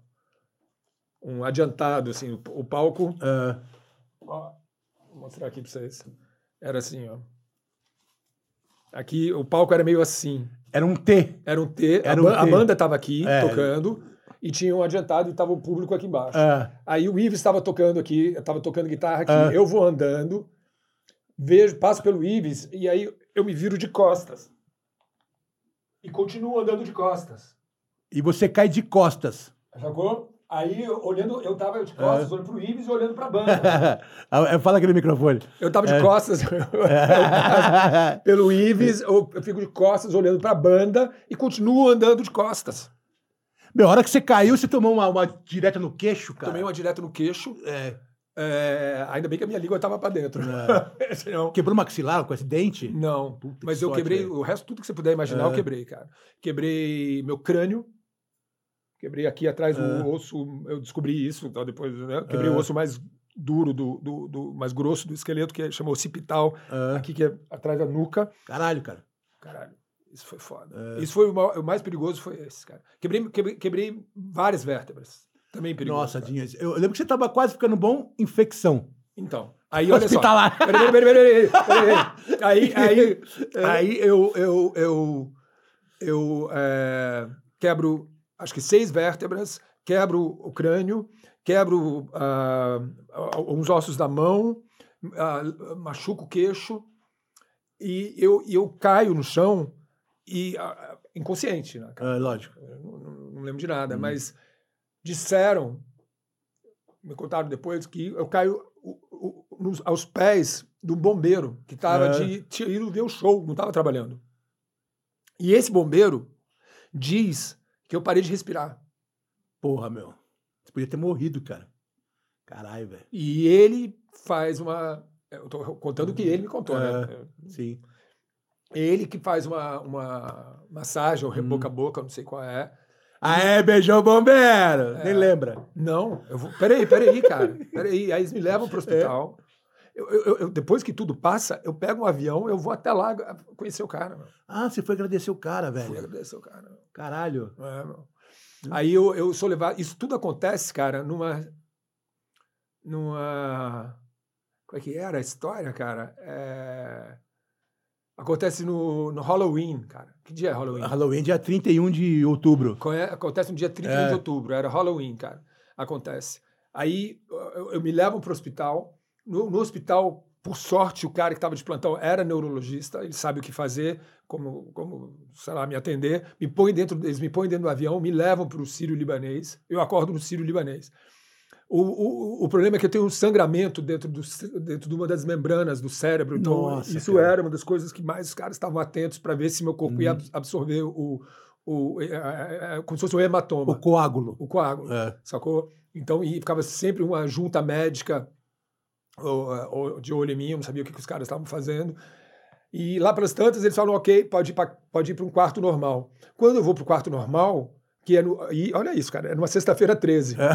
Um adiantado, assim, o, o palco. Ah, Ó, vou mostrar aqui pra vocês. Era assim, ó. Aqui o palco era meio assim. era um T. Era um T. Era a, um ba- a T. banda tava aqui É. tocando e tinha um adiantado e tava o público aqui embaixo. Ah, Aí o Ives estava tocando aqui, estava tocando guitarra aqui. Ah. Eu vou andando, vejo, passo pelo Ives e aí eu me viro de costas. E continuo andando de costas. e você cai de costas. Sacou? Aí eu olhando, eu tava É. de costas, olhando pro Ives e olhando pra banda. Ah, Fala aquele microfone. Eu tava É. de costas. pelo Ives, eu, eu fico de costas olhando pra banda e continuo andando de costas. Meu, a hora que você caiu, você tomou uma, uma direta no queixo, cara. Tomei uma direto no queixo. É, ah, é, ainda bem que a minha língua tava pra dentro. Senão- quebrou o maxilar um com esse dente? não, Puta mas que eu sorte, quebrei velho. o resto, tudo que você puder imaginar, eu É. quebrei, cara. Quebrei meu crânio. Quebrei aqui atrás É. do osso, eu descobri isso, tá, depois, né? Quebrei É. o osso mais duro, do, do- do- mais grosso do esqueleto, que chamou occipital, Ah, aqui que é atrás da nuca. caralho, cara. Caralho, isso foi foda. É. Isso foi o, maior- o mais perigoso, foi esse, cara. Quebrei, quebrei, quebrei várias vértebras. Também perigoso. Nossa, cara. Dinho, eu lembro que você tava quase ficando bom, infecção. Então, aí olha só. Hospitalar. Peraí, peraí, peraí, peraí, peraí. Aí, aí, aí eu, eu, eu, eu é, quebro, acho que seis vértebras, quebro o crânio, quebro ah, uns ossos da mão, ah, machuco o queixo e eu, e eu caio no chão e ah, inconsciente, né, cara? Ah, lógico. Eu não, não- não lembro de nada, mas disseram, me contaram depois, que eu caio o- o- nos- aos pés do bombeiro que estava É. de tiro, deu show, não estava trabalhando. E esse bombeiro diz que eu parei de respirar. Porra, meu. Você podia ter morrido, cara. Caralho, velho. E ele faz uma. é, Eu estou contando o que ele me contou, né? Sim. Ele que faz uma, uma massagem, ou Hum. boca a boca, eu não sei qual é. Aê, beijão bombeiro! Nem lembra. Não, eu vou. Peraí, peraí, cara. Peraí. Aí eles me levam para o hospital. Eu, eu- eu- depois que tudo passa, eu pego um avião, eu vou até lá ah, conhecer o cara, meu. Ah, você foi agradecer o cara, Fui velho. agradecer o cara. meu. Caralho. É, meu. Aí eu, eu sou levado. Isso tudo acontece, cara, numa. Numa. Qual é que era a história, cara? É, Acontece no, no Halloween, cara. Que dia é Halloween? Halloween dia 31 de outubro. Aco- Acontece no dia 31 É. de outubro, era Halloween, cara. Acontece. Aí eu, eu me levam para o hospital. No, no hospital, por sorte, o cara que estava de plantão era neurologista, ele sabe o que fazer, como, como sei lá, me atender. Me põe dentro, eles me põem dentro do avião, me levam para o Sírio Libanês. Eu acordo no Sírio Libanês. O, o, o problema é que eu tenho um sangramento dentro, do, cé- dentro de uma das membranas do cérebro. Então, Nossa, isso cara. Uhum. era uma das coisas que mais os caras estavam atentos para ver se meu corpo ia ab- absorver o, o, é, é, é, como se fosse um hematoma, O coágulo. o, coágulo, É. sacou? Então, e ficava sempre uma junta médica ou, é, ou de olho em mim, eu não sabia o que, que os caras estavam fazendo. E lá pelas tantas, eles falam, ok, pode ir para um quarto normal. Quando eu vou para o quarto normal, que é no, e olha isso, cara, é numa sexta-feira 13. É.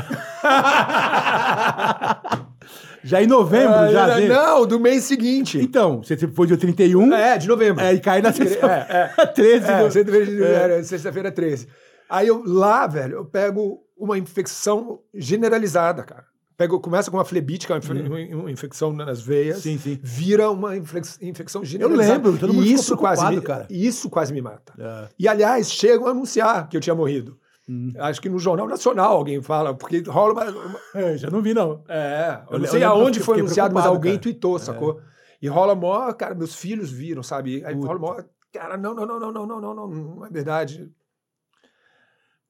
já em novembro, Ah, já. era- né? Não, do mês seguinte. Então, você foi dia 31 É, de novembro. é, e cai na sexta. é, é. 13 É, do- sexta-feira de- É. era sexta-feira 13. Aí eu lá, velho, eu pego uma infecção generalizada, cara. pega, começa com uma flebítica, uma, infle- uma infecção nas veias, Sim, sim. vira uma inflex- infecção generalizada. lembro, todo mundo e ficou isso quase me, preocupado, cara. Isso quase me mata. É. E, aliás, chegam a anunciar que eu tinha morrido. Hum. Acho que no Jornal Nacional alguém fala, porque rola uma. uma- É, já não vi, não. é, eu Eu não le- sei eu lembro, aonde eu foi fiquei anunciado, mas preocupado, alguém cara. tweetou, sacou? E rola mó, cara, meus filhos viram, sabe? Aí Puta. rola mó, cara, não, não, não, não, não, não, não, não, não é verdade.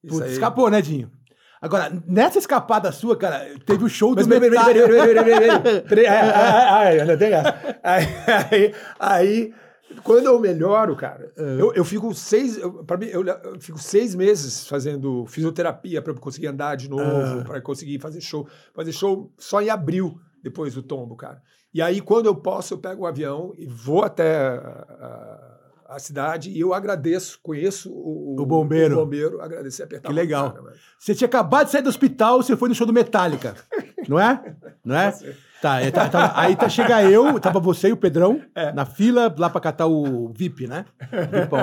Isso Putz, aí- escapou, né, Dinho? Agora, nessa escapada sua, cara, teve o show Mas do peraí, Metallica. peraí, peraí, peraí, peraí, peraí, peraí. É, é, é, é, não tem essa. Aí, aí, aí, quando eu melhoro, cara, É. eu, eu fico seis, eu, pra mim, eu, eu fico seis meses fazendo fisioterapia para conseguir andar de novo, Ah. para conseguir fazer show, fazer show só em abril depois do tombo, cara. E aí, quando eu posso, eu pego o avião e vou até a, a- a cidade e eu agradeço, conheço o, O bombeiro. o né, bombeiro, agradecer, Que apertar a mão do legal. cara, velho. Você tinha acabado de sair do hospital, você foi no show do Metallica. Não é? Não é? Tá, é, tá, tá. aí tá, chega eu, tava você e o Pedrão na fila, lá pra catar o VIP, né? Vipão.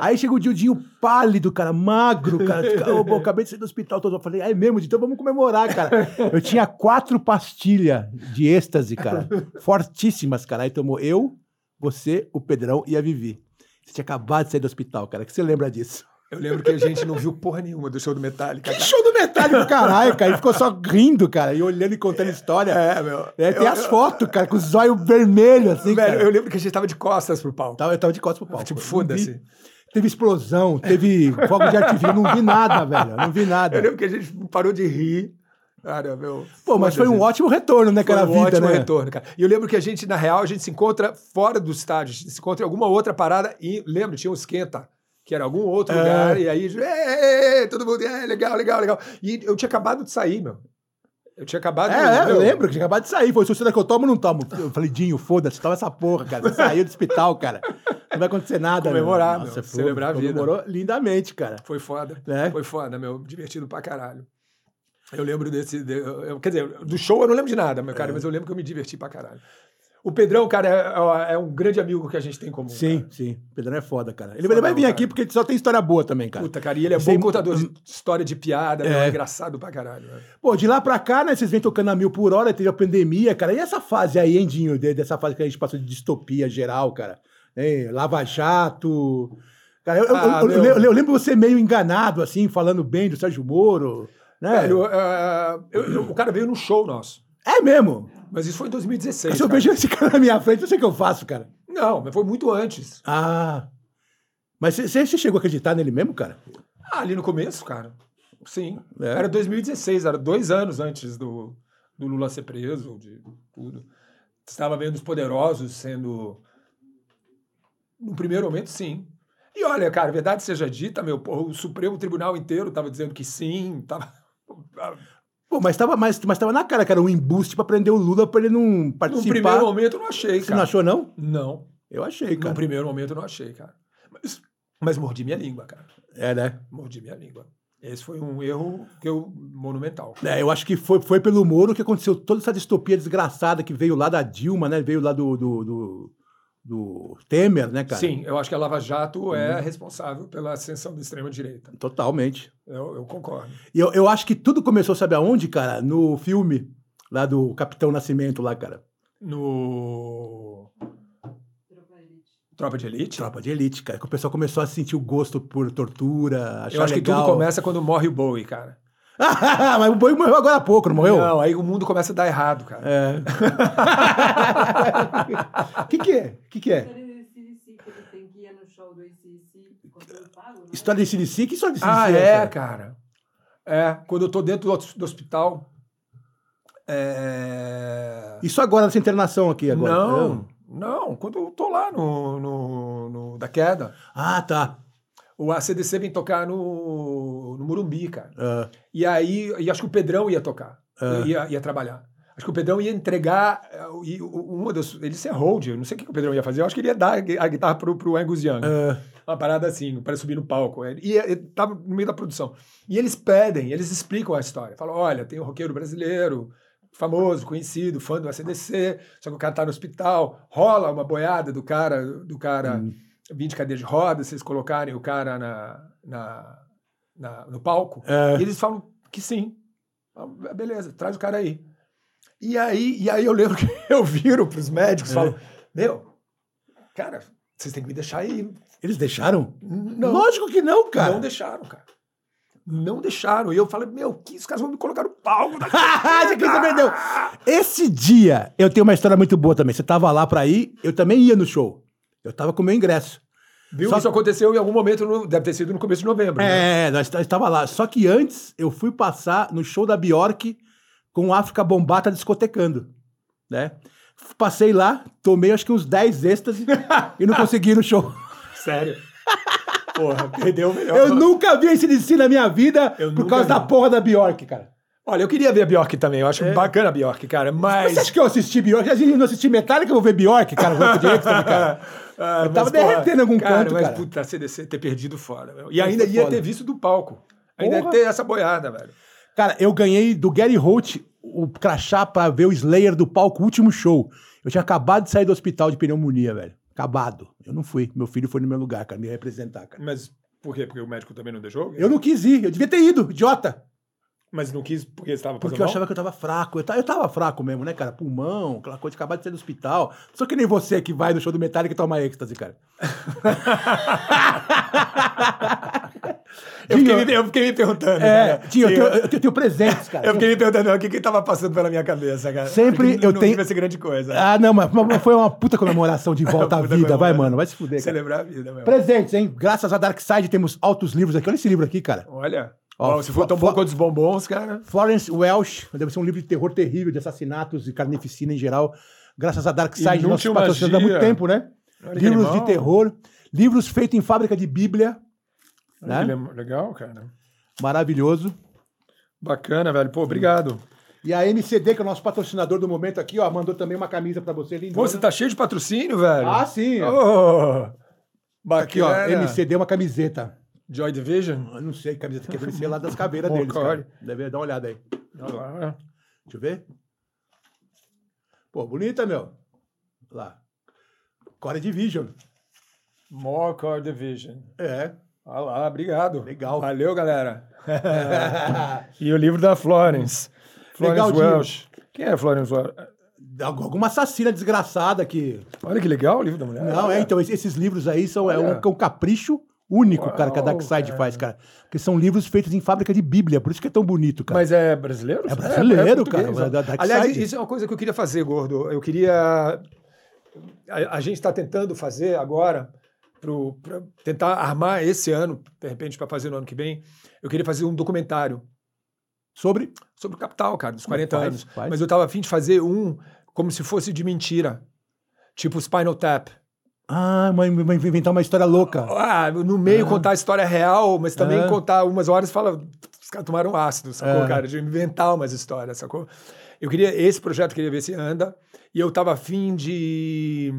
Aí chega o Dildinho pálido, cara, magro, cara. Fica, Ô, bom, acabei de sair do hospital todo. Eu falei, ah, é mesmo, Dildinho? então vamos comemorar, cara. Eu tinha quatro pastilhas de êxtase, cara. Fortíssimas, cara. Aí tomou eu, você, o Pedrão e a Vivi. Você tinha acabado de sair do hospital, cara. O que você lembra disso? Eu lembro que a gente não viu porra nenhuma do show do Metallica. Que show do Metallica, caralho, cara. Ele ficou só rindo, cara, e olhando e contando história. É, meu. É, tem Eu- as eu- fotos, cara, com os olhos vermelhos, assim, Velho, cara. eu lembro que a gente tava de costas pro palco. Tava- Eu tava de costas pro palco. tipo, Eu não vi. foda-se. Teve explosão, teve fogo de artifício. Eu não vi nada, velho. Eu não vi Eu nada. lembro que a gente parou de rir. Cara, meu. Pô, mas foi um foda-se. ótimo retorno, né, cara? Foi um a vida, ótimo né? retorno, cara. E eu lembro que a gente, na real, a gente se encontra fora do estádio, a gente se encontra em alguma outra parada e lembro, tinha um esquenta, que era algum outro É. lugar, e aí, "Ê, ê, ê", todo mundo, é, legal, legal, legal. E eu tinha acabado de sair, meu. Eu tinha acabado É, é, eu meu, lembro que tinha acabado de sair. Foi, se você que eu tomo, eu não tomo. Eu falei, Dinho, foda-se, toma essa porra, cara. Você saiu do hospital, cara. Não vai acontecer nada. meu. Comemorar, Nossa, meu. foi, Celebrar a vida. Comemorou lindamente, cara. Foi foda. Né? Foi foda, meu. Divertido pra caralho. Eu lembro desse. de- eu- eu- quer dizer, do show eu não lembro de nada, meu É. cara, mas eu lembro que eu me diverti pra caralho. O Pedrão, cara, é- ó, é, um grande amigo que a gente tem em comum. Sim, cara. sim. O Pedrão é foda, cara. Ele, Foda, ele vai vir cara. aqui porque só tem história boa também, cara. Puta, cara, e ele é Sei- bom contador de história de piada, meu, É. é engraçado pra caralho. né? Pô, de lá pra cá, né? Vocês vêm tocando a mil por hora, teve a pandemia, cara. E essa fase aí, hein, Dinho? de- Dessa fase que a gente passou de distopia geral, cara. Hein? Lava Jato. Cara, eu, eu- Ah, eu- eu- meu. eu- eu lembro você meio enganado, assim, falando bem do Sérgio Moro. Né? Velho, ah, eu- eu- o cara veio num show nosso, É mesmo. mas isso foi em 2016. Se eu cara. vejo esse cara na minha frente, eu sei o que eu faço, cara. Não, mas foi muito antes. Ah. Mas você você chegou a acreditar nele mesmo, cara? Ah, ali no começo, cara. Sim. É. Era 2016, era dois anos antes do, do Lula ser preso, de tudo. Estava vendo os poderosos sendo. No primeiro momento, sim. E olha, cara, verdade seja dita, meu, pô, o Supremo Tribunal inteiro estava dizendo que sim, tava. Pô, mas tava, mas, mas tava na cara, cara, um embuste pra prender o Lula pra ele não No participar. primeiro momento eu não achei, Você não cara. achou, não? Não, Eu achei, no cara. primeiro momento eu não achei, cara. Mas, mas mordi minha língua, cara. É, né? Mordi minha língua. Esse foi um erro que eu, monumental. É, eu acho que foi, foi pelo Moro que aconteceu toda essa distopia desgraçada que veio lá da Dilma, né? Veio lá do, do, do, do Temer, né, cara? Uhum. Sim, eu acho que a Lava Jato é responsável pela ascensão da extrema-direita. Totalmente. Eu, eu concordo. E eu, eu acho que tudo começou, sabe aonde, cara? No filme lá do Capitão Nascimento, lá, cara. No Tropa de Elite, Tropa de Elite, cara. Que o pessoal começou a sentir o gosto por tortura, achar eu acho que legal. tudo começa quando morre o Bowie, cara. Mas o boi morreu agora há pouco, não morreu? Não, aí o mundo começa a dar errado, cara. É. O que que é? O que que é? História do ICDC, que ele tem que ir no show do ICDC, controle pago, né? História de CDC? Que história de CDC Ah, é é, essa? cara. É, quando eu tô dentro do hos- do hospital. É... Isso agora, nessa internação aqui agora? É? Não, não, quando eu tô lá no, no, no- da queda. Ah, tá. O ACDC vem tocar no, no Murumbi, cara. Ah, E aí, e acho que o Pedrão ia tocar, Ah. ia, ia trabalhar. Acho que o Pedrão ia entregar eh, e o- uma das. Ele ser hold, eu não sei o que que o Pedrão ia fazer. Eu acho que ele ia dar a gui- a guitarra pro, pro Angus Young. ah. Uma parada assim, para subir no palco. Ele ia, ele tava no meio da produção. E eles pedem, eles explicam a história. Falam: olha, tem um roqueiro brasileiro, famoso, conhecido, fã do ACDC, só que o cara tá no hospital, rola uma boiada do cara, do cara Hum. vir de cadeira de roda, vocês colocarem o cara na- na- na, no palco. É. E eles falam que sim. Ah, Beleza, "É, traz o cara aí. E aí, e aí eu lembro que eu viro pros É. médicos e falo, meu, cara, vocês têm que me deixar aí. Eles deixaram? Não, Lógico que não, cara. não deixaram, cara. Não deixaram. E eu falei, meu, que os caras vão me colocar no palco daqui. Você quem você perdeu. Esse dia, eu tenho uma história muito boa também. Você tava lá pra ir, eu também ia no show. Eu tava com o meu ingresso. Viu? Só- Isso aconteceu em algum momento, no- deve ter sido no começo de novembro. né? É, nós t- tava lá. Só que antes, eu fui passar no show da Bjork com o África Bombata discotecando, né? Passei lá, tomei acho que uns 10 êxtase e não consegui ir no show. Sério. Porra, perdeu o melhor. Eu nunca vi esse DC na minha vida Eu por nunca causa vi. da porra da Bjork, cara. Olha, eu queria ver a Bjork também. Eu acho É. bacana a Bjork, cara. Mas. Você acha que eu assisti Bjork? Se eu não assisti Metallica, eu vou ver Bjork, cara. Vou ver tá Ecstasy, cara. Ah, Eu tava mas, porra, derretendo em algum cara, canto, mas, cara. puta, CDC ter perdido fora. meu. E Mas ainda foi ia foda. ter visto do palco. Ainda ia Porra. ter essa boiada, velho. Cara, eu ganhei do Gary Holt o crachá pra ver o Slayer do palco, o último show. Eu tinha acabado de sair do hospital de pneumonia, velho. Acabado. Eu não fui. Meu filho foi no meu lugar, cara, me representar, cara. Mas por quê? Porque o médico também não deixou? Eu não quis ir. Eu devia ter ido, idiota. Mas é não quis porque estava Porque eu achava que eu tava fraco. Eu ta- eu tava, fraco mesmo, né, cara? Pulmão, aquela coisa de acabar de sair do hospital. Só que nem você que vai no show do Metallica e toma êxtase, cara. Eu fiquei, Tinha- me, eu fiquei me perguntando. É, cara. tinha, eu, Tinha- tenho, eu tenho- eu tenho presentes, cara. eu fiquei me perguntando o que que tava passando pela minha cabeça, cara. Sempre Porque eu não tenho- Não essa grande coisa. Ah, não, mas, mas foi uma puta comemoração de volta à É Puta vida. Vai, comemoração. mano, vai se fuder, cara. Celebrar a vida, meu. Presentes, hein? Graças a Darkside temos altos livros aqui. Olha esse livro aqui, cara. Olha. Ó, Ó, se for tão fo- bom quanto os bombons, cara. Florence Welsh, deve ser um livro de terror terrível, de assassinatos e carnificina em geral. Graças a Darkside, Inútil nossos patrocinadores há muito magia. tempo, né? Olha que livros animal. de terror, livros feitos em fábrica de Bíblia. Olha né? que le- Legal, cara. Maravilhoso. Bacana, velho. Pô, obrigado. E a MCD, que é o nosso patrocinador do momento aqui, ó, mandou também uma camisa pra você, Pô, lindona. você tá cheio de patrocínio, velho. Ah, sim. ó. Ô, bacana. Aqui, ó, MCD é uma camiseta. Joy Division. Eu não sei, camiseta que é deve ser lá das caveiras Pô, deles, cara. cara. Deve dar uma olhada aí. Olha lá. né? Deixa eu ver. Pô, bonita, meu. Lá. Core Division. More Core Division. É. Olha lá, obrigado. Legal. Valeu, galera. É. e o livro da Florence. Florence Legal, Dinho. Welsh. Quem é a Florence Welsh? Algu- Alguma assassina desgraçada que. Olha que legal o livro da mulher. Não, é, então, es- esses livros aí são é um, Olha. é um capricho único, cara, que a Uau, Darkside cara. faz, cara. Porque são livros feitos em fábrica de Bíblia, por isso que é tão bonito, cara. Mas é brasileiro? É brasileiro, português, cara, da- ó. da- da Aliás, Darkside. isso é uma coisa que eu queria fazer, Gordo. Eu queria... A, a gente está tentando fazer agora, para tentar armar esse ano, de repente, para fazer no ano que vem, eu queria fazer um documentário Sobre. sobre o capital, cara, dos 40 Faz, anos. faz. Mas eu tava afim de fazer um como se fosse de mentira. Tipo Spinal Tap. Ah, mas vai inventar uma história louca. Ah, no meio contar a história real, mas também Ah. contar umas horas e fala. Os caras tomaram ácido, sacou, Ah. cara? De inventar umas histórias, sacou? Eu queria. Esse projeto eu queria ver se anda. E eu tava afim de.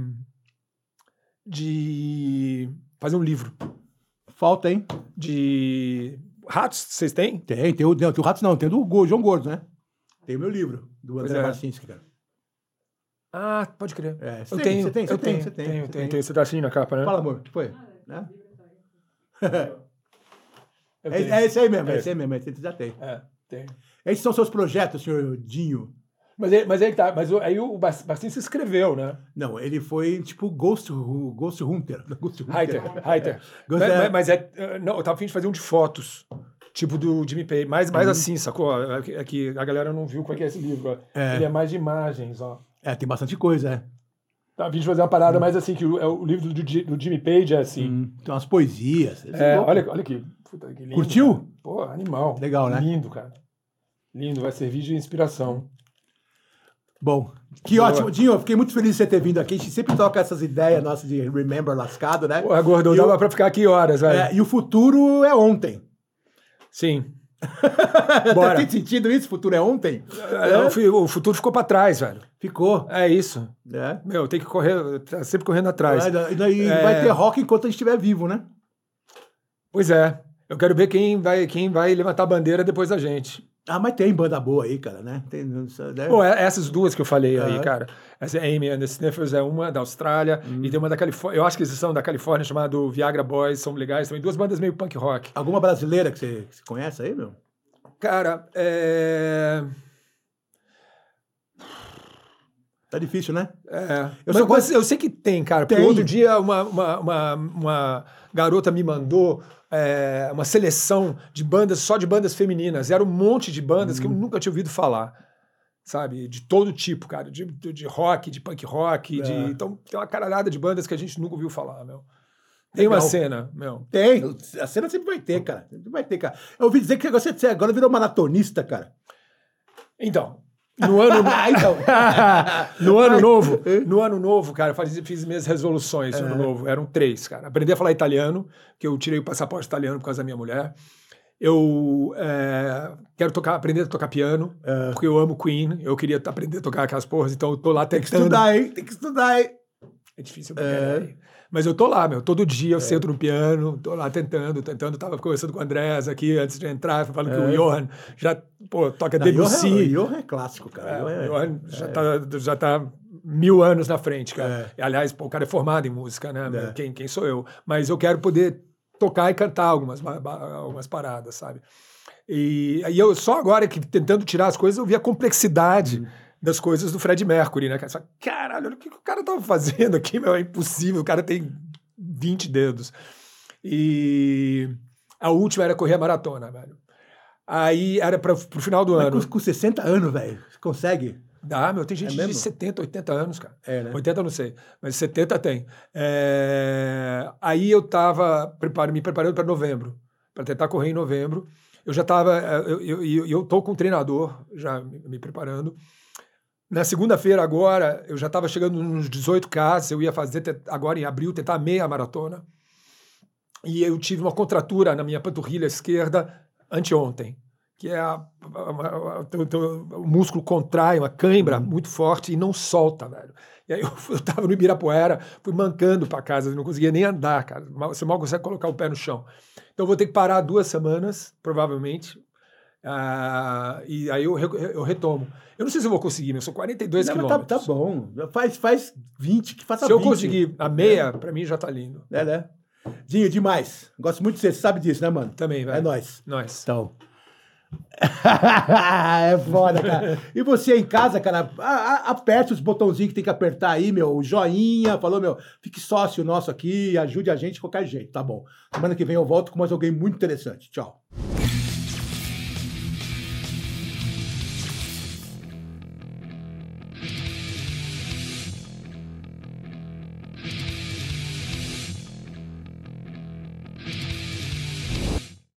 de fazer um livro. Falta, hein? De. Ratos, vocês têm? Tem, tem o, não, tem o Ratos, não, tem o do Go- João Gordo, né? Tem o meu livro, do André é. Marcinski, cara. Ah, pode crer. É, você eu tem, tenho. você tem, eu você tem, tenho, você tem, tenho, você tenho, tem. tenho. Você tá assim na capa, né? Fala, amor, o que foi? Né? Eu É, tenho. é esse aí mesmo, é É esse aí mesmo, esse aí já tem. É, tem. Esses são seus projetos, senhor Dinho? Mas, aí- mas aí que tá, mas o- aí o Bas- Bastin se inscreveu, né? Não, ele foi tipo Ghost, Ru- Ghost Hunter. Não, Ghost Hunter. Reiter, Reiter. Gostei. Mas, mas- mas é, eh, não, eu tava a fim de fazer um de fotos, tipo do Jimmy Page, mais, Uhum. mais assim, sacou? É que, é que a galera não viu qual que é esse livro, ó. É. ele é mais de imagens, ó. É, tem bastante coisa, é. Tava a fim de fazer uma parada Uhum. mais assim, que o, é o livro do, Ji- do Jimmy Page é assim. Hum, Tem umas poesias. É, Esse- olha, olha que, puta, que lindo. Curtiu? cara. Pô, animal. Legal, né? Lindo, cara. Lindo, vai servir de inspiração. Bom, que Boa. ótimo. Dinho, eu fiquei muito feliz de você ter vindo aqui. A gente sempre toca essas ideias nossas de Remember lascado, né? Porra, gordo, E dava o- pra ficar aqui horas, velho. É, e o futuro é ontem. Sim. Bora. Tem sentido isso? O futuro é ontem? Eu fui- o futuro ficou pra trás, velho. Ficou. É isso. né? Meu, tem que correr, tá sempre correndo atrás. E, e É. vai ter rock enquanto a gente estiver vivo, né? Pois é. Eu quero ver quem vai, quem vai levantar a bandeira depois da gente. Ah, mas tem banda boa aí, cara, né? Tem, não sei, né? Pô, é- essas duas que eu falei aí, Aham. cara. Essa Amy and the Sniffers é uma da Austrália e tem uma da Califórnia. Eu acho que eles são da Califórnia, chamada Viagra Boys, são legais também. Duas bandas meio punk rock. Alguma brasileira que você, que você conhece aí, meu? Cara, é. Tá difícil, né? É. Eu Eu, só mas, gosto- eu sei que tem, cara. Porque Tem. outro dia uma, uma, uma, uma garota me mandou é, uma seleção de bandas, só de bandas femininas. Era um monte de bandas que eu Hum. nunca tinha ouvido falar. Sabe? De todo tipo, cara. De, de, de rock, de punk rock. É. De, então tem uma caralhada de bandas que a gente nunca ouviu falar, meu. Tem uma Legal. cena, meu. Tem. A cena sempre vai ter, cara. Sempre vai ter, cara. Eu ouvi dizer que você você agora virou maratonista, cara. Então, no ano. Ah, então. no ano novo, no ano novo, cara, eu fazia- fiz minhas resoluções no ano novo. Eram três, cara. Aprendi a falar italiano, que eu tirei o passaporte italiano por causa da minha mulher. Eu eh, quero tocar, aprender a tocar piano, porque eu amo Queen. Eu queria t- aprender a tocar aquelas porras, então eu tô lá Tem que tentando. estudar, hein? Tem que estudar, hein? É difícil. pra caralho. Mas eu tô lá, meu. Todo dia eu sento no piano, tô lá tentando, tentando. Tava conversando com o Andrés aqui antes de entrar, falando que o Johan já, pô, toca Não, Johan, Debussy. Johan é clássico, cara. É, Johan é- o Johan já, tá, já tá mil anos na frente, cara. É. E, Aliás, pô, o cara é formado em música, né? É. Quem, quem sou eu? Mas eu quero poder tocar e cantar algumas, ba- ba- algumas paradas, sabe? E aí eu só agora que tentando tirar as coisas, eu vi a Uhum. complexidade das coisas do Fred Mercury, né? cara? Você fala, Caralho, olha o que, que o cara tava fazendo aqui, meu, é impossível, o cara tem 20 dedos. E a última era correr a maratona, velho. Aí era para pro final do ano. Mas com, com 60 anos, velho. Você consegue? Dá, meu. Tem É gente mesmo? de 70, 80 anos, cara. É, né? 80 eu não sei, mas 70 tem. É, Aí eu estava preparo, me preparando para novembro, para tentar correr em novembro. Eu já estava, eu, eu, eu, eu tô com um treinador já me, me preparando. Na segunda-feira agora, eu já estava chegando nos 18K, eu ia fazer te- agora em abril, tentar a meia maratona. E eu tive uma contratura na minha panturrilha esquerda anteontem, que é a- a- a- teu- teu- o músculo contrai, uma Uhum. cãibra muito forte e não solta, velho. E aí eu, fui- eu tava no Ibirapuera, fui mancando pra casa, não conseguia nem andar, cara. Mal- Você mal consegue colocar o pé no chão. Então eu vou ter que parar duas semanas, provavelmente. Ah, e aí eu, re- eu retomo. Eu não sei se eu vou conseguir, meu. São 42 Não, mas tá, quilômetros. tá bom. Faz, faz 20, que faça se eu 20. conseguir a meia, pra mim já tá lindo. É, né? Dinho, demais. Gosto muito de você. Você sabe disso, né, mano? Também, velho. É nóis. Nós. Então. é foda, cara. E você em casa, cara, a- a- aperta os botãozinhos que tem que apertar aí, meu. O joinha, falou, meu, fique sócio nosso aqui, ajude a gente de qualquer jeito, tá bom. Semana que vem eu volto com mais alguém muito interessante. Tchau.